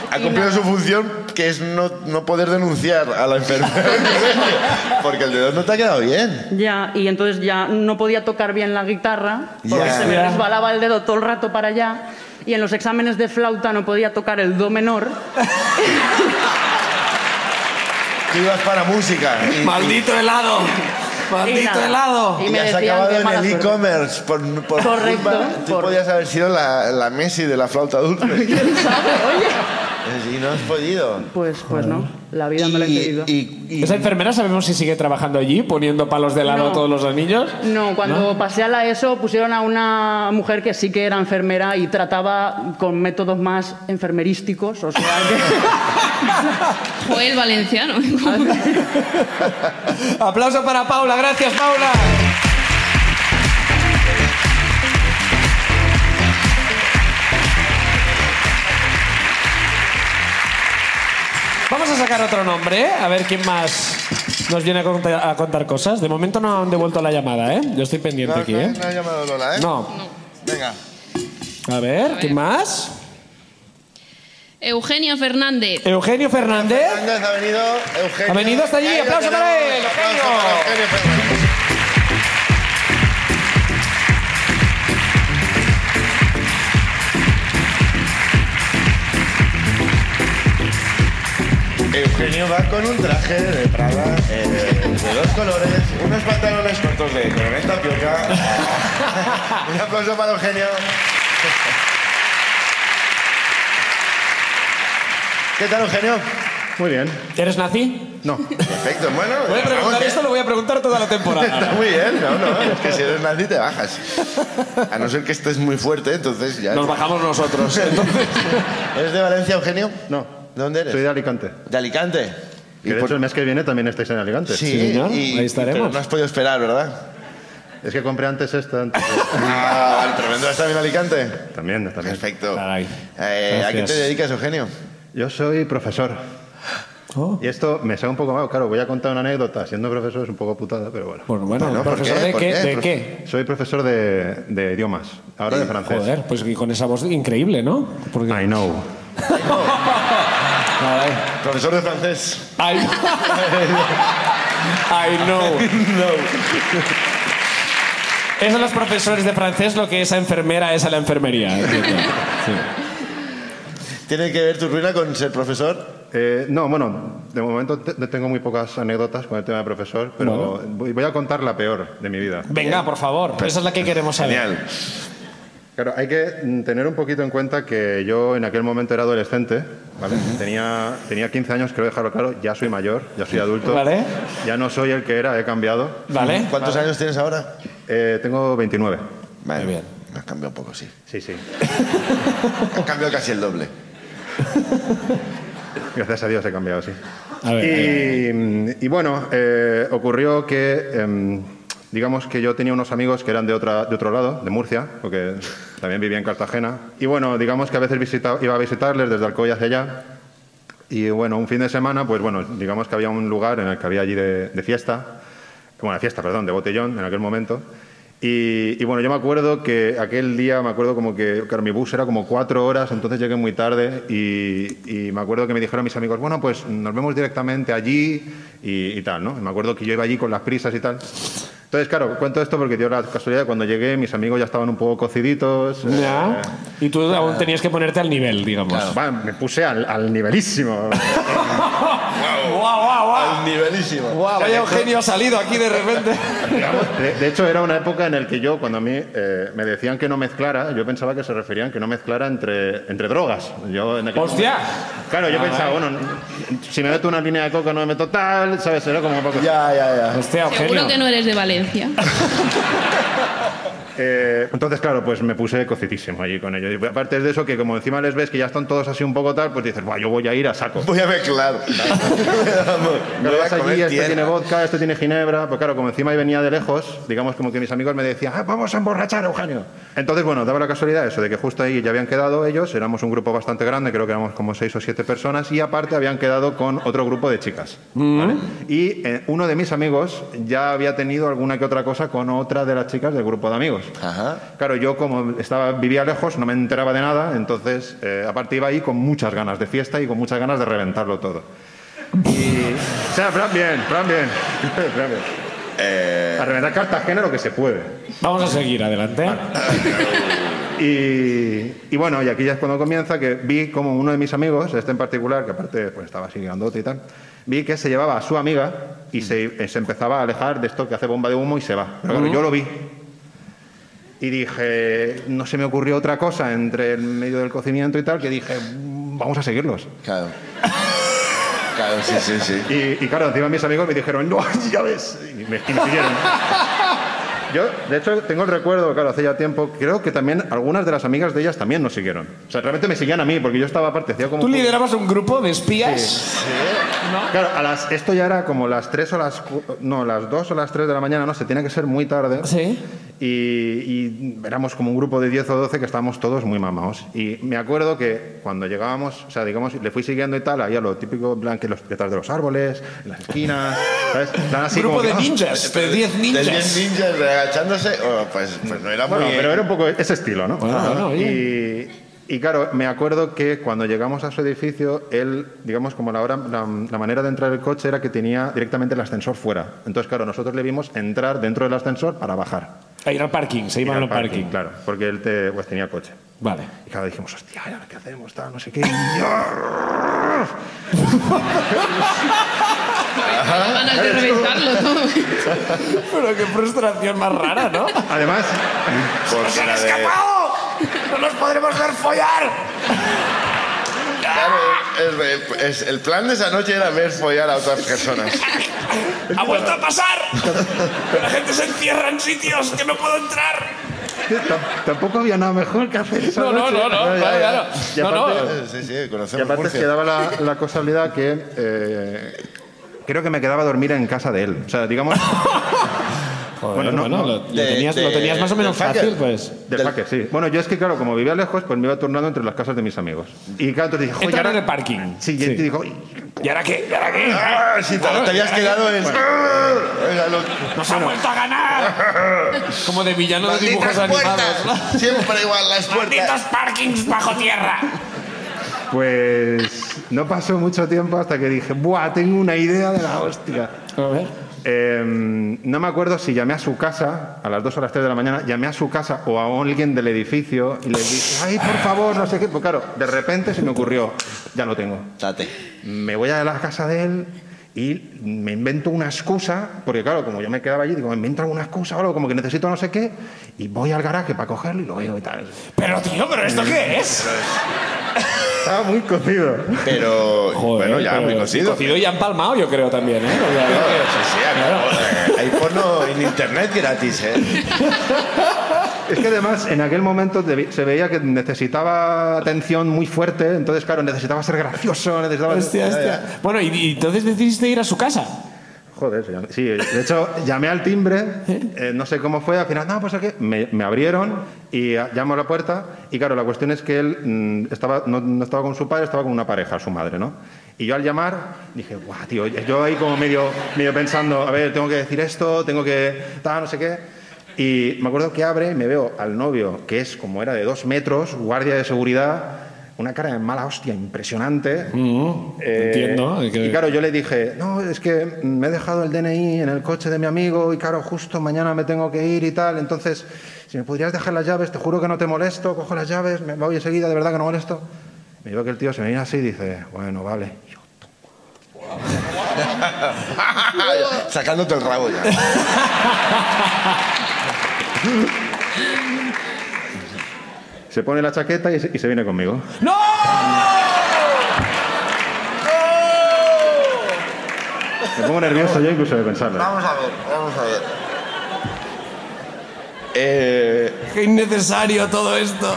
S2: Ha cumplido su función, que es no, no poder denunciar a la enfermera. Porque el dedo no te ha quedado bien.
S6: Ya, y entonces ya no podía tocar bien la guitarra porque
S2: Ya.
S6: se me
S1: Ya.
S6: resbalaba el dedo todo el rato para allá. Y en los exámenes de flauta no podía tocar el do menor.
S2: Tú ibas para música. y-
S1: ¡Maldito helado!
S6: Y
S1: ¡Maldito
S6: nada.
S1: helado!
S6: Y
S2: Y
S6: me
S2: has
S6: decían
S2: acabado
S6: que
S2: en
S6: mala
S2: el
S6: suerte.
S2: e-commerce por, por
S6: Correcto,
S2: culpa. Tú
S6: por-
S2: podías haber sido la, la Messi de la flauta dulce.
S6: ¿Quién sabe? Oye.
S2: y no has podido.
S6: Pues, pues no, la vida me lo ha impedido.
S2: y-
S1: ¿Esa enfermera sabemos si sigue trabajando allí, poniendo palos de helado
S6: No.
S1: a todos los anillos?
S6: No, cuando pasé a la ESO pusieron a una mujer que sí que era enfermera y trataba con métodos más enfermerísticos, o sea que...
S3: Fue el valenciano.
S1: Aplauso para Paula, gracias Paula. Vamos a sacar otro nombre, ¿eh? a ver quién más nos viene a contar, a contar cosas. De momento no han devuelto la llamada, ¿eh? Yo estoy
S2: no,
S1: pendiente aquí,
S2: no,
S1: ¿eh?
S2: no ha llamado Lola, ¿eh?
S1: No.
S2: Venga.
S1: A ver, ¿quién más?
S3: Eugenia Fernández.
S1: Eugenio Fernández.
S2: Fernández ha venido Eugenio.
S1: ¿eh? Ha venido hasta allí,
S2: Ahí lo
S1: aplauso para
S2: tenemos,
S1: él,
S2: aplauso
S1: Eugenio.
S2: para Eugenio Fernández. Eugenio va con un traje de Prada eh, de dos colores, unos pantalones cortos de coronel tapioca. un aplauso para Eugenio. ¿Qué tal, Eugenio?
S5: Muy bien.
S1: ¿Eres nazi? No.
S2: Perfecto, bueno.
S1: Voy a
S2: vamos
S1: preguntar
S2: bien.
S1: esto, lo voy a preguntar toda la
S2: Está
S1: temporada.
S2: muy bien, no, no, es que si eres nazi te bajas. A no ser que estés muy fuerte, entonces ya.
S1: Nos bajamos nosotros. Entonces,
S2: ¿Eres de Valencia, Eugenio?
S7: No.
S2: ¿De dónde eres?
S7: Soy de Alicante.
S2: De Alicante.
S7: Que de
S2: por-
S7: hecho, el mes que viene también estáis en Alicante.
S2: Sí,
S1: Sí, señor,
S2: y-
S1: ahí estaremos.
S2: pero no has podido esperar, ¿verdad?
S7: Es que compré antes esta. antes de-
S2: Ah, vale, pero vendrás también a Alicante.
S7: también, también.
S2: Perfecto.
S1: Caray.
S2: Eh, ¿A qué te
S1: Gracias.
S2: dedicas, Eugenio?
S7: Yo soy profesor.
S1: Oh.
S7: Y esto me saca un poco mal. Claro, voy a contar una anécdota. Siendo profesor es un poco putada, pero bueno.
S1: bueno, bueno,
S2: Bueno, ¿por
S1: profesor,
S2: qué?
S1: ¿de
S2: ¿Por
S1: qué?
S2: qué? Pues
S1: ¿De
S2: Profe-
S1: qué?
S7: Soy profesor de, de idiomas. Ahora de francés.
S1: Joder, pues y con esa voz increíble, ¿no? Porque...
S7: I know.
S1: Caray.
S2: Profesor de francés.
S1: I, I know. Es a los profesores de francés lo que esa enfermera es a la enfermería. entiendo.
S2: ¿Tiene que ver tu ruina con ser profesor?
S7: Eh, no, bueno, de momento te- tengo muy pocas anécdotas con el tema de profesor, pero voy- voy a contar la peor de mi vida.
S1: Venga, por favor. Esa es la que queremos saber.
S2: Pues Genial.
S7: Claro, hay que mm, tener un poquito en cuenta que yo en aquel momento era adolescente, ¿vale? tenía, tenía 15 años, quiero dejarlo claro, ya soy mayor, ya soy adulto,
S1: Vale.
S7: ya no soy el que era, he cambiado.
S1: ¿Vale?
S2: ¿Cuántos años tienes ahora?
S7: Eh, tengo 29.
S2: Vale.
S1: bien.
S2: Me has cambiado un poco, sí.
S7: Sí, sí.
S2: Has cambiado casi el doble.
S7: Gracias a Dios he cambiado, sí.
S1: A ver,
S7: y, y bueno, eh, ocurrió que, em, digamos que yo tenía unos amigos que eran de, otra, de otro lado, de Murcia, porque también vivía en Cartagena. Y bueno, digamos que a veces visita- iba a visitarles desde Alcoy hacia allá. Y bueno, un fin de semana, pues bueno, digamos que había un lugar en el que había allí de, de fiesta, bueno, de fiesta, perdón, de botellón en aquel momento. Y, y bueno, yo me acuerdo que aquel día, me acuerdo como que, claro, mi bus era como cuatro horas, entonces llegué muy tarde y, y me acuerdo que me dijeron mis amigos, bueno, pues nos vemos directamente allí y, y tal, ¿no? Y me acuerdo que yo iba allí con las prisas y tal. Entonces, claro, cuento esto porque dio la casualidad, cuando llegué mis amigos ya estaban un poco cociditos. eh,
S1: ya. Y tú aún tenías que ponerte al nivel, digamos.
S7: va, me puse al, al nivelísimo.
S1: ¡Guau, guau, guau!
S2: Al nivelísimo.
S1: Guau, Vaya Eugenio ha salido aquí de repente.
S7: De, de hecho, era una época en la que yo, cuando a mí eh, me decían que no mezclara, yo pensaba que se referían que no mezclara entre, entre drogas. Yo en aquel
S1: ¡Hostia!
S7: momento- claro, yo pensaba, bueno, si me meto una línea de coca no me meto tal, ¿sabes? Era como un poco...
S2: Ya, ya, ya.
S1: Hostia,
S3: Seguro
S1: Eugenio.
S3: que no eres de Valencia.
S7: Eh, entonces, claro, pues me puse cocidísimo allí con ellos. Y aparte de eso, que como encima les ves que ya están todos así un poco tal, pues dices, Buah, yo voy a ir a saco.
S2: Voy a mezclar.
S7: Claro,
S2: Voy a
S7: vas allí,
S2: comer
S7: este
S2: tierra.
S7: tiene vodka, este tiene ginebra. Pues claro, como encima venía de lejos, digamos como que mis amigos me decían, "Ah, vamos a emborrachar, Eugenio. Entonces, bueno, daba la casualidad eso de que justo ahí ya habían quedado ellos, éramos un grupo bastante grande, creo que éramos como seis o siete personas, y aparte habían quedado con otro grupo de chicas. ¿vale? Y eh, uno de mis amigos ya había tenido alguna que otra cosa con otra de las chicas del grupo de amigos.
S2: Ajá.
S7: Claro, yo como estaba, vivía lejos, no me enteraba de nada, entonces, eh, aparte iba ahí con muchas ganas de fiesta y con muchas ganas de reventarlo todo. Y, o sea, plan bien, plan bien. plan bien. A reventar Cartagena lo que se puede.
S1: Vamos a seguir adelante.
S7: Y, y bueno, y aquí ya es cuando comienza que vi como uno de mis amigos, este en particular, que aparte pues, estaba así grandote y tal, vi que se llevaba a su amiga y se, eh, se empezaba a alejar de esto que hace bomba de humo y se va. Pero claro, yo lo vi. Y dije, no se me ocurrió otra cosa entre el medio del cocimiento y tal, que dije, "Mm, vamos a seguirlos.
S2: Claro. Claro, sí, sí, sí.
S7: Y, y claro, encima mis amigos me dijeron, no, ya ves, y me, y me siguieron. Yo, de hecho, tengo el recuerdo, claro, hace ya tiempo, creo que también algunas de las amigas de ellas también nos siguieron. O sea, realmente me seguían a mí, porque yo estaba aparte, hacía como...
S1: Tú
S7: un-
S1: liderabas un grupo de espías.
S7: Claro, a las, esto ya era como las 3 o las... cu- No, las 2 o las 3 de la mañana, no sé, tenía que ser muy tarde.
S1: Sí.
S7: Y, y éramos como un grupo de 10 o 12 que estábamos todos muy mamados. Y me acuerdo que cuando llegábamos, o sea, digamos, le fui siguiendo y tal, ahí a lo típico, en plan, que los, detrás de los árboles, en las esquinas, ¿sabes? En plan así
S1: grupo
S7: como
S1: de
S7: que, "Ah".
S1: ninjas, de 10
S2: De
S1: ninjas.
S2: 10 ninjas de agachándose, oh, pues, pues no era muy.
S7: Bueno, pero era un poco ese estilo, ¿no?
S1: Bueno, bueno,
S7: y, Y claro, me acuerdo que cuando llegamos a su edificio, él, digamos, como la, hora, la, la manera de entrar el coche era que tenía directamente el ascensor fuera. Entonces, claro, nosotros le vimos entrar dentro del ascensor para bajar.
S1: A ir al parking, Ah, se iban al
S7: Ir al
S1: parking.
S7: Claro, porque él te- pues, tenía coche.
S1: Vale.
S7: Y claro, dijimos, hostia, ¿y ahora qué hacemos? Tal, no sé qué. Y yo-
S3: Tengo ganas de reventarlo todo.
S1: Pero qué frustración más rara, ¿no?
S7: Además,
S2: Porque la de-
S1: ¡No nos podremos ver follar!
S2: Claro, es- es- es- el plan de esa noche era ver follar a otras personas.
S1: ¡Ha vuelto a pasar! ¡La gente se encierra en sitios que no puedo entrar!
S7: tam- tampoco había nada mejor que hacer esa
S1: No, no,
S7: noche.
S1: no, no,
S7: Ya,
S1: claro,
S7: ya.
S1: claro.
S7: Y
S1: No, no.
S7: aparte-
S2: Sí, sí,
S7: Y
S2: conocemos
S7: aparte
S2: Murcia.
S7: quedaba la, la casualidad que eh, creo que me quedaba a dormir en casa de él. O sea, digamos,
S1: bueno, no,
S7: no.
S1: Lo, lo
S2: De-
S1: tenías,
S2: de-
S1: lo tenías más o menos
S2: del
S1: fácil,
S2: hacker.
S1: pues.
S7: del
S2: Del-
S7: parque, sí. Bueno, yo es que, claro, como vivía lejos, pues me iba turnando entre las casas de mis amigos. Y claro, entonces dije, "Jo, y
S1: Entrar en
S7: ahora-".
S1: el parking.
S7: Sí, y él te dijo, "Y-
S1: ¿Y ahora qué? ¿Y ahora qué?
S2: Ah, si te, te habías quedado en. Eh, Era lo-
S1: ¡Nos ha vuelto a ganar! Como de villano de dibujos
S2: Malditas
S1: animados. ¿no?
S2: puertas. Siempre igual las
S1: ¡Malditos
S2: puertas.
S1: parkings bajo tierra!
S7: pues no pasó mucho tiempo hasta que dije, ¡buah, tengo una idea de la hostia!
S1: A ver.
S7: Eh, no me acuerdo si llamé a su casa, a las 2 o las 3 de la mañana, llamé a su casa o a alguien del edificio y le dije, ay, por favor, no sé qué. Pues claro, de repente se me ocurrió, ya lo tengo.
S2: Date.
S7: Me voy a la casa de él y me invento una excusa, porque claro, como yo me quedaba allí, digo, me invento alguna excusa o algo, como que necesito no sé qué, y voy al garaje para cogerlo y lo veo y tal.
S1: Pero tío, ¿pero esto qué es?
S7: Estaba muy cocido.
S2: Pero.
S1: Joder,
S2: bueno, ya,
S1: pero-
S2: muy cocido.
S1: Cocido y empalmado, yo creo también, ¿eh? Porque, a ver,
S2: Claro,
S1: que-
S2: sí, sí, acabo. Hay porno en internet gratis, ¿eh?
S7: Es que además en aquel momento te vi- se veía que necesitaba atención muy fuerte, entonces claro, necesitaba ser gracioso, necesitaba...
S1: Hostia, hostia. Bueno, y, y entonces decidiste ir a su casa.
S7: Joder, se llama- sí, de hecho llamé al timbre, eh, no sé cómo fue, al final, no, pues aquí me, me abrieron y ah, llamo a la puerta y claro, la cuestión es que él mm, estaba, no, no estaba con su padre, estaba con una pareja, su madre, ¿no? Y yo al llamar dije, guau, tío, yo ahí como medio, medio pensando, a ver, tengo que decir esto, tengo que tal, no sé qué. Y me acuerdo que abre y me veo al novio, que es como era de dos metros, guardia de seguridad, una cara de mala hostia impresionante.
S1: Mm,
S7: Eh,
S1: entiendo, hay que-
S7: Y claro, yo le dije, no, es que me he dejado el DNI en el coche de mi amigo y claro, justo mañana me tengo que ir y tal, entonces, si me podrías dejar las llaves, te juro que no te molesto, cojo las llaves, me voy enseguida, de verdad que no molesto. Me veo que el tío se me viene así y dice, bueno, vale. Y yo,
S2: Ah, Sacándote el rabo ya.
S7: Se pone la chaqueta y se- y se viene conmigo.
S1: ¡No!
S7: Me pongo nervioso yo incluso de pensarlo.
S2: Vamos a ver, vamos a ver. Eh,
S1: ¡Qué innecesario todo esto!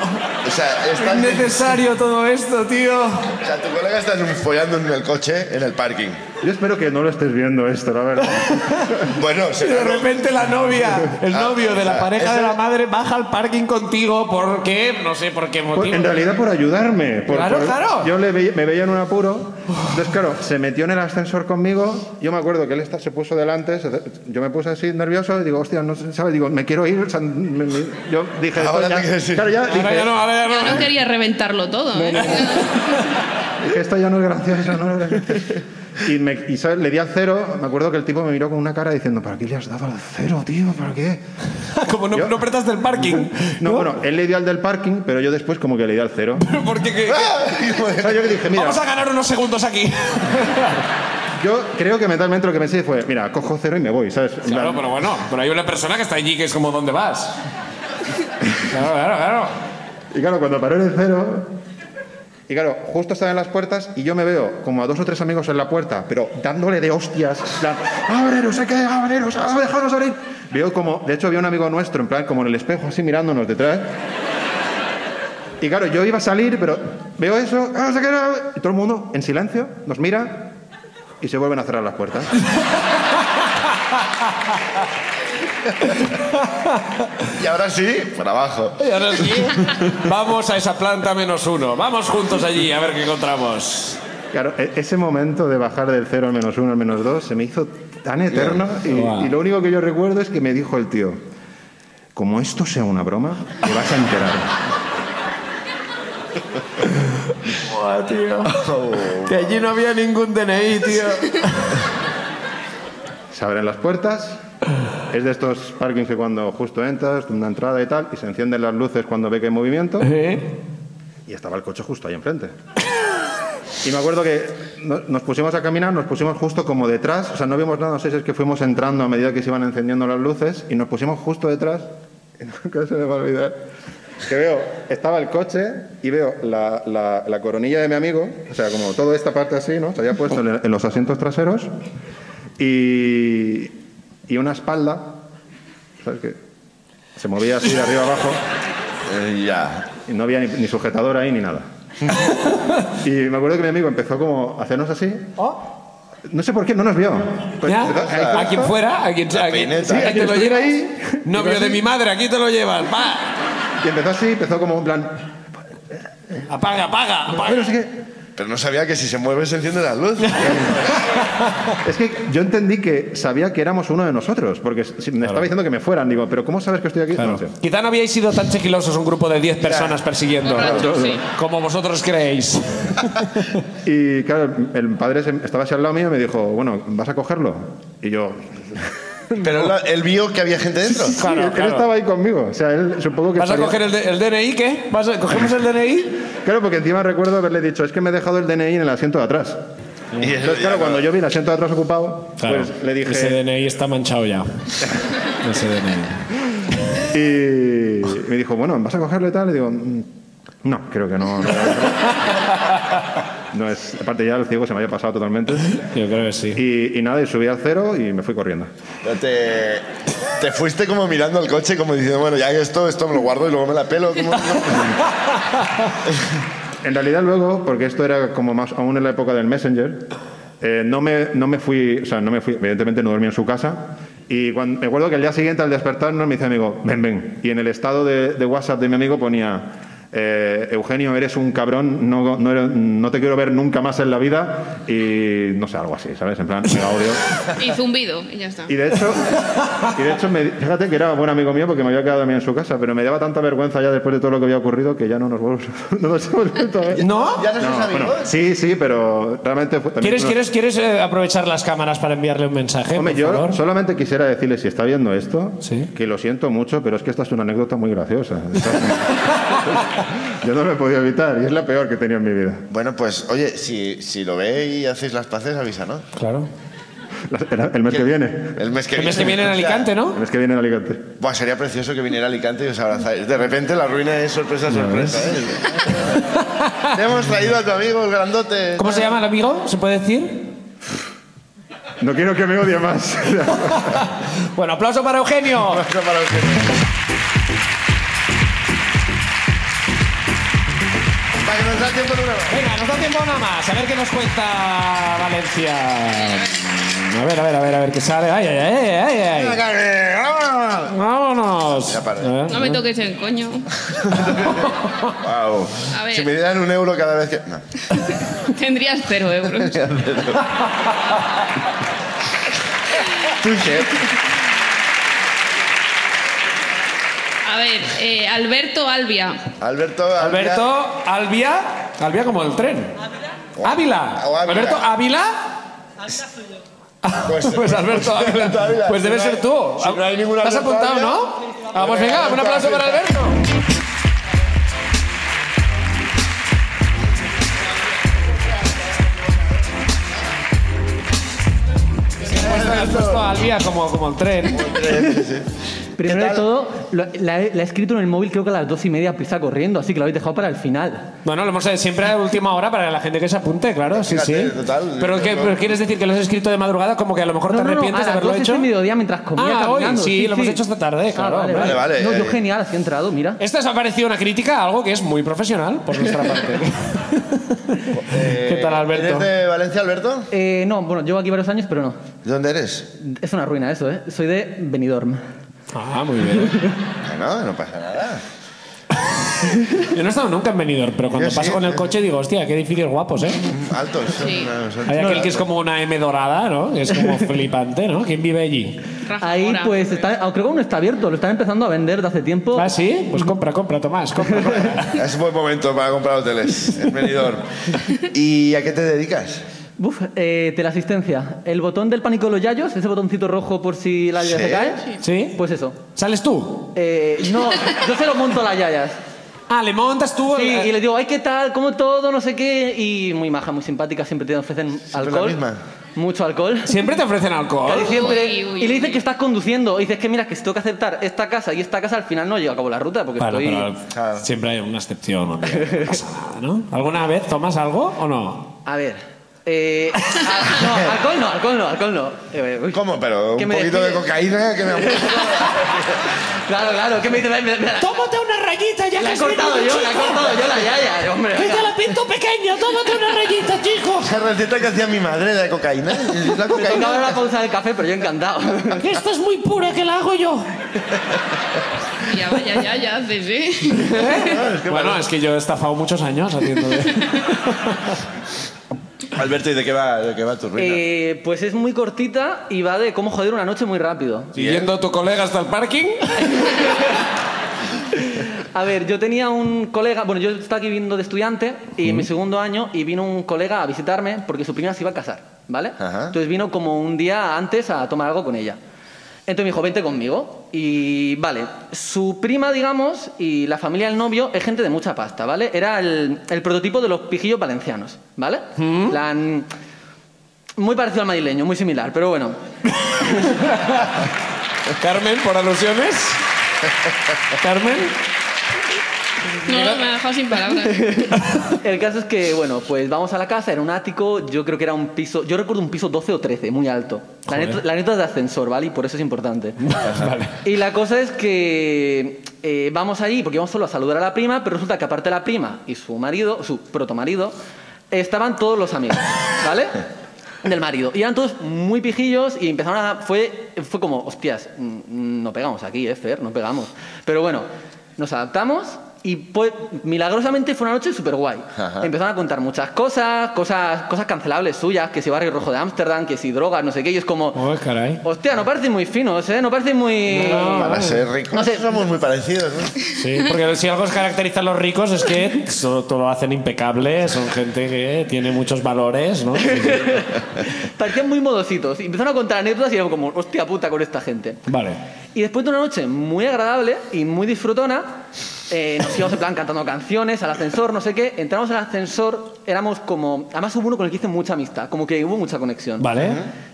S2: o sea,
S1: ¡Qué
S2: estás-
S1: innecesario todo esto, tío!
S2: o sea, tu colega está follando en el coche, en el parking.
S7: Yo espero que no lo estés viendo esto, la verdad.
S2: Bueno,
S1: Y de
S2: será,
S1: repente la novia, el
S2: Ah,
S1: novio de la
S2: ah,
S1: pareja
S2: ese-
S1: de la madre baja al parking contigo porque, no sé por qué
S2: Pues,
S7: Por-
S1: motivo.
S7: en realidad por ayudarme. por-
S1: Claro,
S7: por-
S1: claro.
S7: Yo le veía- me veía en un apuro. Entonces, claro, se metió en el ascensor conmigo. Yo me acuerdo que él está- se puso delante. se- yo me puse así nervioso y digo, hostia, no sé, ¿sabes? Digo, me quiero ir. o sea, me- me- yo dije, esto
S2: Ahora
S7: ya-
S2: te quieres ir.
S7: claro, ya
S1: Ahora
S7: dije,
S1: ya no, ahora ya
S3: Yo no
S1: no.
S3: quería reventarlo todo. ¿eh?
S7: dije, esto ya no es gracioso, no es gracioso. Y, me, y, ¿sabes? le di al cero. Me acuerdo que el tipo me miró con una cara diciendo, ¿para qué le has dado al cero, tío? ¿Para qué?
S1: Como no,
S7: Yo-
S1: no apretaste el parking.
S7: No, bueno, él le dio al del parking, pero yo después como que le di al cero.
S1: Porque que-
S2: Ah,
S7: O sea, yo le dije, mira.
S1: vamos a ganar unos segundos aquí.
S7: Yo creo que mentalmente lo que pensé fue, mira, cojo cero y me voy, ¿sabes? En
S1: Claro,
S7: plan,
S1: pero bueno, pero hay una persona que está allí que es como, ¿dónde vas? Claro, claro, claro.
S7: Y claro, cuando paró en el cero... Y claro, justo estaba en las puertas y yo me veo como a dos o tres amigos en la puerta, pero dándole de hostias. en plan, Abre, no sé qué, abre, no sé, ah, dejadnos abrir. Veo como, de hecho, había un amigo nuestro, en plan, como en el espejo, así mirándonos detrás. Y claro, yo iba a salir, pero veo eso, ah, no sé qué, ah, y todo el mundo en silencio nos mira y se vuelven a cerrar las puertas.
S2: y ahora sí, para abajo.
S1: Y ahora sí, vamos a esa planta menos uno. Vamos juntos allí a ver qué encontramos.
S7: Claro, e- ese momento de bajar del 0 al menos 1 al menos 2 se me hizo tan eterno y,
S1: Wow.
S7: y lo único que yo recuerdo es que me dijo el tío, como esto sea una broma, te vas a enterar.
S1: Buah, tío. Que allí no había ningún DNI, tío.
S7: Se abren las puertas. Es de estos parkings que cuando justo entras, una entrada y tal, y se encienden las luces cuando ve que hay movimiento.
S1: ¿Eh?
S7: Y estaba el coche justo ahí enfrente. Y me acuerdo que no- nos pusimos a caminar, nos pusimos justo como detrás, o sea, no vimos nada, no sé si es que fuimos entrando a medida que se iban encendiendo las luces, y nos pusimos justo detrás, y nunca se me va a olvidar, que veo, estaba el coche y veo la, la- la coronilla de mi amigo, o sea, como toda esta parte así, ¿no? Se había puesto en, el- en los asientos traseros, y, y una espalda, ¿sabes qué? Se movía así de arriba abajo.
S2: Eh, ya.
S7: Y no había ni, ni sujetador ahí ni nada. y me acuerdo que mi amigo empezó como a hacernos así. No sé por qué, no nos vio. Pues
S1: ¿Oh? ¿Ya?
S7: empezó-
S1: A, quien fuera, a quien a quien-
S2: peineta.
S1: sí, a quien lo
S7: Estuviera
S1: lleva
S7: ahí.
S1: Novio de mi madre, aquí te lo llevas. Va.
S7: Y empezó así, empezó como en plan.
S1: Apaga, apaga,
S7: "A
S1: apaga.
S7: ver, no sé qué".
S2: Pero no sabía que si se mueve se enciende la luz.
S7: Es que yo entendí que sabía que éramos uno de nosotros, porque si- me estaba diciendo que me fueran. Digo, ¿pero cómo sabes que estoy aquí? No sé.
S1: Quizá no habíais sido tan chequilosos un grupo de 10 personas persiguiendo.
S3: Borrachos, sí.
S1: Como vosotros creéis.
S7: Y claro, el padre se- estaba así al lado mío y me dijo, bueno, ¿vas a cogerlo? Y yo,
S2: Pero la- él vio que había gente dentro.
S1: Claro,
S7: él, él
S1: claro.
S7: estaba ahí conmigo. O sea, él supongo que
S1: ¿Vas a
S7: sabía-
S1: coger el, D- el DNI? ¿Qué? ¿Vas a- ¿Cogemos el DNI?
S7: Claro, porque encima recuerdo haberle dicho, es que me he dejado el DNI en el asiento de atrás.
S2: Y él-
S7: Entonces, claro, cuando yo vi el asiento de atrás ocupado, pues le
S4: Ese
S7: dije...
S4: DNI está manchado ya. Ese DNI.
S7: Y me dijo, bueno, ¿vas a cogerlo y tal? Y digo, "Mm, no, creo que no. No, No es... Aparte ya el ciego se me había pasado totalmente.
S4: Yo creo que sí.
S7: Y, y nada, y subí al cero y me fui corriendo.
S2: Pero Te, te fuiste como mirando al coche, como diciendo, bueno, ya esto, esto me lo guardo y luego me la pelo. ¿cómo- cómo?
S7: En realidad luego, porque esto era como más aún en la época del Messenger, eh, no, me, no me fui, o sea, no me fui, evidentemente no dormí en su casa. Y cuando, me acuerdo que el día siguiente al despertarnos me dice amigo, ven, ven. Y en el estado de, de WhatsApp de mi amigo ponía, eh, Eugenio, eres un cabrón, no, no, eres- no te quiero ver nunca más en la vida. Y no sé, algo así, ¿sabes? En plan, mega odio.
S3: Y zumbido, y ya está.
S7: Y de hecho, y de hecho me- fíjate que era buen amigo mío porque me había quedado a mí en su casa, pero me daba tanta vergüenza ya después de todo lo que había ocurrido que ya no nos, volvemos- no nos hemos vuelto a ver.
S1: ¿No?
S2: Ya no se
S7: No,
S2: sabía.
S7: bueno, sí, sí, pero realmente fue también
S4: ¿Quieres,
S7: uno-
S4: quieres, quieres eh, aprovechar las cámaras para enviarle un mensaje?
S7: Hombre,
S4: por
S7: yo
S4: favor?
S7: solamente quisiera decirle si está viendo esto,
S4: Sí.
S7: que lo siento mucho, pero es que esta es una anécdota muy graciosa. yo no lo he podido evitar y es la peor que he tenido en mi vida.
S2: Bueno, pues oye, si, si lo ve y hacéis las paces, avisa, ¿no?
S4: Claro.
S7: La- El, el mes que viene.
S2: El mes que
S4: El
S2: viene.
S4: mes que viene en
S2: O sea,
S4: Alicante, ¿no?
S7: El mes que viene en Alicante.
S2: Buah, sería precioso que viniera a Alicante y os abrazáis. De repente la ruina es sorpresa, sorpresa. ¿eh? Te hemos traído a tu amigo el grandote.
S4: ¿Cómo se llama el amigo? ¿Se puede decir?
S7: No quiero que me odie más.
S4: Bueno, aplauso para Eugenio.
S2: Aplauso para Eugenio. Para que nos da tiempo de una hora.
S4: Venga, nos da tiempo nada más. A ver qué nos cuenta Valencia. A ver, a ver, a ver, a ver qué sale. Ay, ay, ay, ay, ay. Vámonos.
S2: Ya para.
S4: A ver.
S3: No me toques el coño.
S2: Wow.
S3: A ver.
S2: Si me dieran un euro cada vez que. No.
S3: Tendrías cero euros.
S2: Touché.
S3: A ver, eh, Alberto Albia.
S2: Alberto.
S1: Alberto Albia. Albia como el tren. Ávila.
S2: O Ávila.
S1: Alberto Ávila.
S2: Pues,
S1: Pues Alberto Ávila.
S2: Ávila.
S1: Pues
S2: Si
S1: debe
S2: no hay-
S1: ser tú.
S2: si no hay ningún
S1: ¿Te has
S2: Alberto
S1: apuntado,
S2: Ávila?
S1: no? Vamos,
S2: Venga,
S1: venga, un
S2: Alberto
S1: aplauso para
S2: Ávila.
S1: Alberto.
S4: Pues
S1: Has puesto a Albia como, como el tren.
S8: Primero de todo, lo- la, he, la he escrito en el móvil, creo que a las dos y media empieza corriendo, así que lo habéis dejado para el final.
S4: Bueno, lo hemos hecho siempre a última hora para la gente que se apunte, claro, sí,
S2: Fíjate,
S4: sí.
S2: total,
S4: Pero,
S2: yo
S4: ¿qué-
S2: no-
S4: pero quieres decir que lo has escrito de madrugada, como que a lo mejor
S8: No,
S4: te
S8: no, no,
S4: arrepientes
S8: a
S4: de
S8: las
S4: haberlo
S8: 12
S4: hecho.
S8: del mediodía mientras comía
S4: Ah, hoy,
S8: caminando. Ah,
S4: sí, lo hemos hecho esta tarde, claro, hombre.
S8: vale,
S4: Eh.
S8: vale.
S2: Vale, vale,
S8: No, yo
S2: eh.
S8: genial, así he entrado, mira.
S4: Esto os ha parecido una crítica, algo que es muy profesional por nuestra parte.
S2: Eh,
S4: ¿Qué tal,
S2: ¿Eres
S4: Alberto?
S2: de Valencia, Alberto?
S8: Eh, no, bueno, llevo aquí varios años, pero no.
S2: ¿Dónde eres?
S8: Es una ruina eso, ¿eh? Soy de Benidorm.
S4: Ah, muy bien.
S2: Ah, no, no pasa nada.
S1: Yo no he estado nunca en Benidorm, pero cuando
S2: Yo
S1: paso
S2: sí,
S1: con el
S2: eh.
S1: coche digo, hostia, qué edificios guapos, ¿eh?
S2: Altos. son
S3: Sí.
S2: unos altos.
S1: Hay aquel que es como una M dorada, ¿no? Que es como flipante, ¿no? ¿Quién vive allí?
S3: Rafa
S8: Ahí
S3: Mora.
S8: pues está, ah, creo que aún está abierto, lo están empezando a vender de hace tiempo.
S1: ¿Ah, sí? Pues compra, compra, Tomás, compra, compra.
S2: Es buen momento para comprar hoteles en Benidorm. ¿Y a qué te dedicas?
S8: Buf, eh, teleasistencia. El botón del pánico de los yayos, ese botoncito rojo por si la yaya
S2: Sí.
S8: se cae.
S1: ¿Sí?
S8: Pues eso.
S1: ¿Sales tú?
S8: Eh, no, yo se lo monto a las yayas.
S1: Ah, le montas tú.
S8: Sí,
S1: el-
S8: y les digo, ay, ¿qué tal? ¿Cómo todo? No sé qué. Y muy maja, muy simpática, siempre te ofrecen
S2: la
S8: alcohol.
S2: misma.
S8: Mucho alcohol.
S1: Siempre te ofrecen alcohol.
S8: Casi siempre.
S3: Uy, uy,
S8: y
S3: uy.
S8: le dices que estás conduciendo. Y dices que mira, que si tengo que aceptar esta casa y esta casa, al final no llego a cabo la ruta porque
S1: Bueno,
S8: estoy.
S1: pero siempre hay una excepción, hombre. No pasa nada, ¿no? ¿Alguna vez tomas algo o no?
S8: A ver. eh, a- no, alcohol no, alcohol no, alcohol no. Eh, uy.
S2: ¿Cómo? Pero
S8: Que
S2: un
S8: me
S2: poquito de
S8: despide.
S2: cocaína que me
S8: Claro, claro, ¿qué me dices? Mira, mira,
S1: ¡Tómate una rayita ya
S8: La he cortado yo, la he cortado yo la yaya, eh, hombre. venga.
S1: pinto pequeña! ¡Tómate una rayita, chico!
S2: Esa receta que hacía mi madre de cocaína. La
S8: Me tocaba la
S2: cocaína.
S8: pausa del café, pero yo encantado.
S2: Ah,
S1: Que esta es muy pura, que la hago yo.
S3: Ya, vaya, ya, ya haces, ¿eh?
S1: Bueno, es que yo he estafado muchos años haciendo de...
S2: Alberto, ¿y de qué va, de qué va tu ruina?
S8: Eh, pues es muy cortita y va de cómo joder una noche muy rápido.
S1: Siguiendo a tu colega hasta el parking.
S8: A ver, yo tenía un colega, bueno, yo estaba aquí viviendo de estudiante y en mi segundo año y vino un colega a visitarme porque su prima se iba a casar, ¿vale?
S2: Ajá.
S8: Entonces vino como un día antes a tomar algo con ella. Entonces me dijo, vente conmigo. Y vale, su prima, digamos, y la familia del novio es gente de mucha pasta, ¿vale? Era el, el prototipo de los pijillos valencianos, ¿vale? Plan, muy parecido al madrileño, muy similar, pero bueno.
S1: Carmen, por alusiones. Carmen.
S3: No, me ha dejado sin palabras.
S8: El caso es que, bueno, pues vamos a la casa, era un ático, yo creo que era un piso, yo recuerdo un piso 12 o 13, muy alto. La neta, la neta es de ascensor, ¿vale? Y por eso es importante.
S1: Vale.
S8: Y la cosa es que eh, vamos allí, porque íbamos solo a saludar a la prima, pero resulta que aparte de la prima y su marido, su protomarido, estaban todos los amigos, ¿vale? Del marido. Y eran todos muy pijillos y empezaron a... Fue, fue como, hostias, mm, no pegamos aquí, ¿eh, Fer? No pegamos. Pero bueno, nos adaptamos y pues, milagrosamente fue una noche súper guay.
S2: Ajá.
S8: Empezaron a contar muchas cosas, cosas, cosas cancelables suyas, que si barrio rojo de Ámsterdam, que si drogas, no sé qué, y es como...
S1: Oh, caray.
S8: Hostia, no parecen muy finos, ¿eh? No parecen muy...
S2: Para ser ricos
S8: No sé.
S2: somos muy parecidos, ¿no?
S1: Sí, porque si algo caracteriza a los ricos es que so- todo lo hacen impecable, son gente que tiene muchos valores, ¿no?
S8: Parecían muy modositos. Y empezaron a contar anécdotas y era como, hostia puta con esta gente.
S1: Vale.
S8: Y después de una noche muy agradable y muy disfrutona, eh, nos íbamos en plan cantando canciones al ascensor, no sé qué. Entramos al ascensor, éramos como... Además hubo uno con el que hice mucha amistad, como que hubo mucha conexión.
S1: Vale.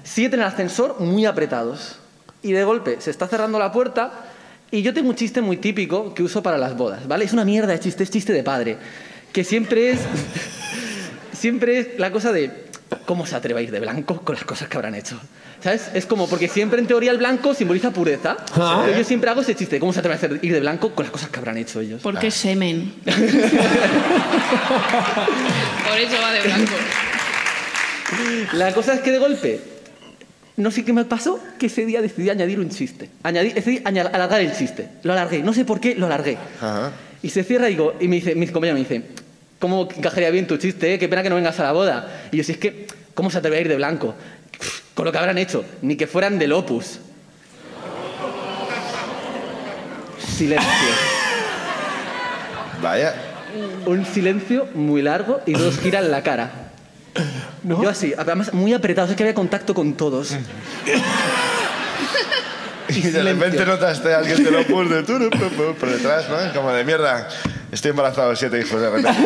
S8: Siete en el ascensor, muy apretados. Y de golpe se está cerrando la puerta y yo tengo un chiste muy típico que uso para las bodas, ¿vale? Es una mierda de chiste, es chiste de padre. Que siempre es... siempre es la cosa de... ¿Cómo se atreve a ir de blanco con las cosas que habrán hecho? ¿Sabes? Es como, porque siempre en teoría el blanco simboliza pureza.
S1: Ah.
S8: Pero Yo siempre hago ese chiste. de ¿Cómo se atreve a hacer- ir de blanco con las cosas que habrán hecho ellos?
S3: Porque
S2: Ah.
S3: es semen. Por eso va de blanco.
S8: La cosa es que de golpe, no sé qué me pasó, que ese día decidí añadir un chiste. Añadí, ese día, añal- alargar el chiste. Lo alargué. No sé por qué, lo alargué.
S2: Ajá.
S8: Y se cierra y digo, y me dice, mis compañeros me dicen, ¿cómo que encajaría bien tu chiste? eh? Qué pena que no vengas a la boda. Y yo, si es que, ¿cómo se atreve a ir de blanco? Pff, Con lo que habrán hecho, ni que fueran del opus. Silencio.
S2: Vaya.
S8: Un silencio muy largo y todos giran la cara. Yo así, además muy apretados, es que había contacto con todos.
S2: Y de
S8: silencio.
S2: repente notaste a alguien te lo puso de tú, ru, pu, pu, por detrás, ¿no? Es Como de mierda. Estoy embarazado de siete hijos de repente.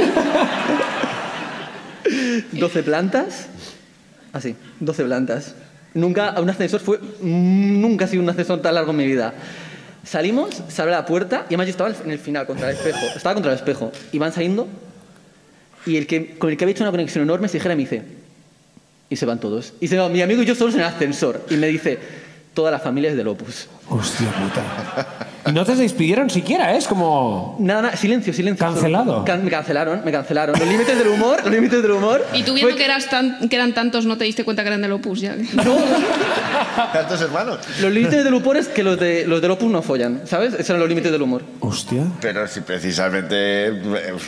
S8: 12 plantas. Así, 12 plantas. Nunca, un ascensor fue. Nunca ha sido un ascensor tan largo en mi vida. Salimos, se abre la puerta y además yo estaba en el final, contra el espejo. Estaba contra el espejo. Y van saliendo. Y el que, con el que había hecho una conexión enorme se dijera y me dice. Y se van todos. Y se va mi amigo y yo solos en el ascensor. Y me dice, toda la familia es del Opus.
S1: Hostia puta. Y no te despidieron siquiera, ¿eh? es como.
S8: Nada, nada, silencio, silencio.
S1: Cancelado.
S8: Can- me cancelaron, me cancelaron. Los límites del humor, los límites del humor.
S3: Y tú viendo
S8: Fue-
S3: que, eras tan- que eran tantos, no te diste cuenta que eran del Opus ya.
S8: No,
S2: Tantos hermanos.
S8: los límites del humor es que los, de, los del Opus no follan, ¿sabes? Esos eran los límites del humor.
S1: Hostia.
S2: Pero si precisamente...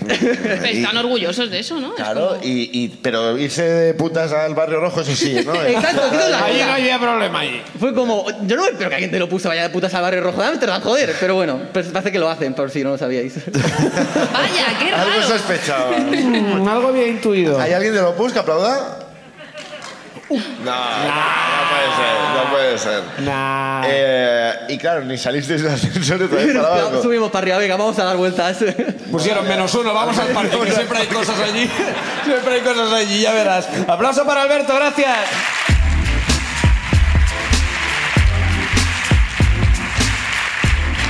S3: Pero están orgullosos de eso, ¿no? Es
S2: Claro,
S3: como-
S2: y, y- pero irse de putas al Barrio Rojo, eso sí, ¿no?
S8: Exacto, esa es la
S1: Ahí
S8: cosa.
S1: no había problema allí.
S8: Fue como, yo no me espero que alguien te lo puso vaya de putas al barrio rojo de Ámsterdam, joder. Pero bueno, pues parece que lo hacen, por si no lo sabíais.
S3: Vaya, qué
S2: Algo
S3: raro.
S2: sospechaba.
S1: Mm, algo había intuido.
S2: ¿Hay alguien de Opus que aplauda?
S1: Uh.
S2: No, no, no puede ser, no puede ser.
S1: Nah.
S2: Eh, y claro, ni saliste del ascensor otra vez para
S8: Nos
S2: abajo.
S8: subimos para arriba, venga, vamos a dar vueltas.
S1: Pusieron menos uno, vamos al parque, que siempre hay cosas allí. Siempre hay cosas allí, ya verás. Aplauso para Alberto, gracias.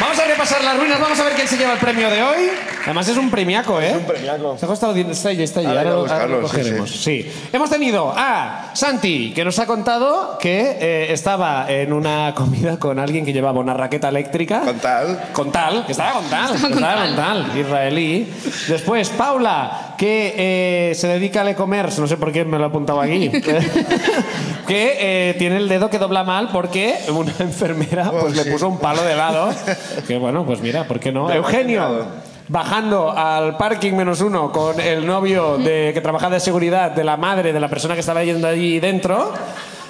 S1: Vamos a repasar las ruinas, vamos a ver quién se lleva el premio de hoy. Además es un premiaco, ¿eh? Es un
S2: premiaco.
S1: Se ha costado 10, está ahí, está ahí.
S2: Ahora
S1: Ahora,
S2: hay que
S1: lo- ahora lo
S2: buscarlo,
S1: cogeremos.
S2: sí,
S1: Sí. Hemos tenido a Santi, que nos ha contado que eh, estaba en una comida con alguien que llevaba una raqueta eléctrica.
S2: Con tal.
S1: Con tal, que estaba con tal, que
S3: con
S1: estaba
S3: tal.
S1: con tal, israelí. Después, Paula, que eh, se dedica al e-commerce, no sé por qué me lo he apuntado aquí, que eh, tiene el dedo que dobla mal porque una enfermera
S2: Oh,
S1: pues,
S2: sí.
S1: le puso un palo de lado. Que bueno, pues mira, ¿por qué no?
S2: De
S1: Eugenio,
S2: lado.
S1: bajando al parking menos uno con el novio de, que trabajaba de seguridad de la madre de la persona que estaba yendo allí dentro.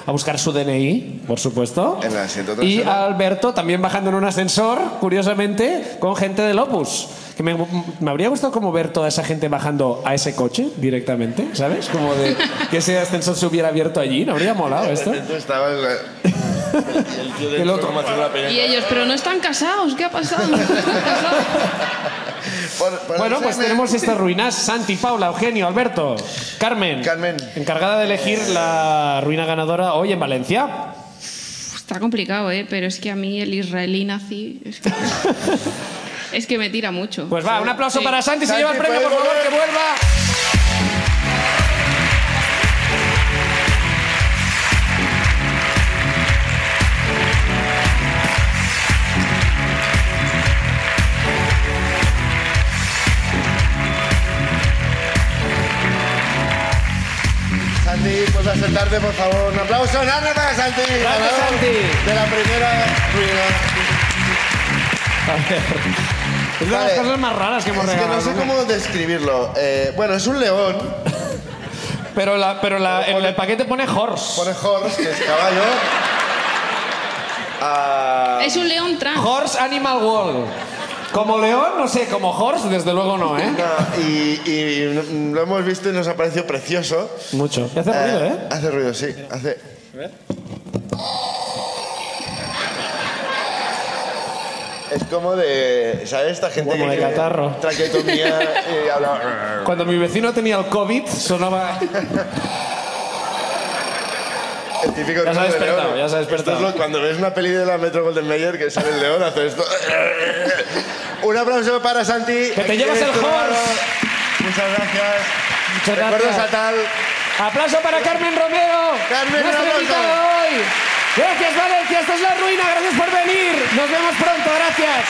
S1: A buscar su DNI, por supuesto.
S2: En el asiento
S1: y
S2: trasero.
S1: a- Alberto también bajando en un ascensor, curiosamente, con gente del Opus. Que me, me habría gustado como ver toda esa gente bajando a ese coche directamente, ¿sabes? Como de que ese ascensor se hubiera abierto allí, ¿no habría molado esto?
S2: Tú estabas. eh, El tío
S1: El otro.
S2: como haciendo la
S3: Y ellos, pero no están casados, ¿qué ha pasado? No están casados.
S2: Por- por
S1: Bueno,
S2: el
S1: pues
S2: semen.
S1: tenemos estas ruinas. Santi, Paula, Eugenio, Alberto, Carmen.
S2: Carmen.
S1: Encargada de elegir la ruina ganadora hoy en Valencia.
S3: Está complicado, ¿eh? Pero es que a mí el israelí nazi... Es que, es que me tira mucho.
S1: Pues va, un aplauso
S3: Sí.
S1: para Santi. Se lleva el
S2: Santi,
S1: premio, por
S2: puedes
S1: favor,
S2: volver.
S1: que vuelva.
S2: Santi, pues a sentarte, por favor. Un aplauso enorme para Santi. ganador
S1: Santi.
S2: De la primera ruina.
S1: Es de las
S2: Vale.
S1: cosas más raras que hemos
S2: Es que
S1: regalado.
S2: no sé
S1: ¿no?
S2: cómo describirlo. Eh, bueno, es un león.
S1: Pero, la, pero la- en el paquete pone horse.
S2: Pone horse, que es caballo. Ah,
S3: Es un león trans.
S1: Horse Animal World. Como león, no sé, como horse, desde luego no, ¿eh?
S2: no, y, y no- lo hemos visto y nos ha parecido precioso.
S1: Mucho. Y hace ruido, ¿eh?
S2: Hace ruido, sí. Hace... Es como de, ¿sabes? Esta gente
S1: Como
S2: que
S1: de
S2: tiene
S1: catarro.
S2: Traqueotomía y habla...
S1: Eh, Cuando mi vecino tenía el COVID, sonaba.
S2: El típico
S1: Ya se ha
S2: ruido de
S1: despertado,
S2: león.
S1: ya se ha despertado.
S2: Esto es lo- cuando ves una peli de la Metro Golden Mayer que sale el león, hace esto. Un aplauso para Santi.
S1: te
S2: Aquí
S1: llevas
S2: tienes
S1: el
S2: tu
S1: horse.
S2: regalo. Muchas gracias.
S1: Muchas
S2: Recuerdos a
S1: gracias.
S2: tal.
S1: Aplauso para Carmen Romero.
S2: Carmen,
S1: nuestra
S2: un aplauso.
S1: invitada hoy. Gracias, Valencia. Esta es la ruina. Gracias por venir. Nos vemos pronto. Gracias.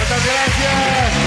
S2: Muchas gracias.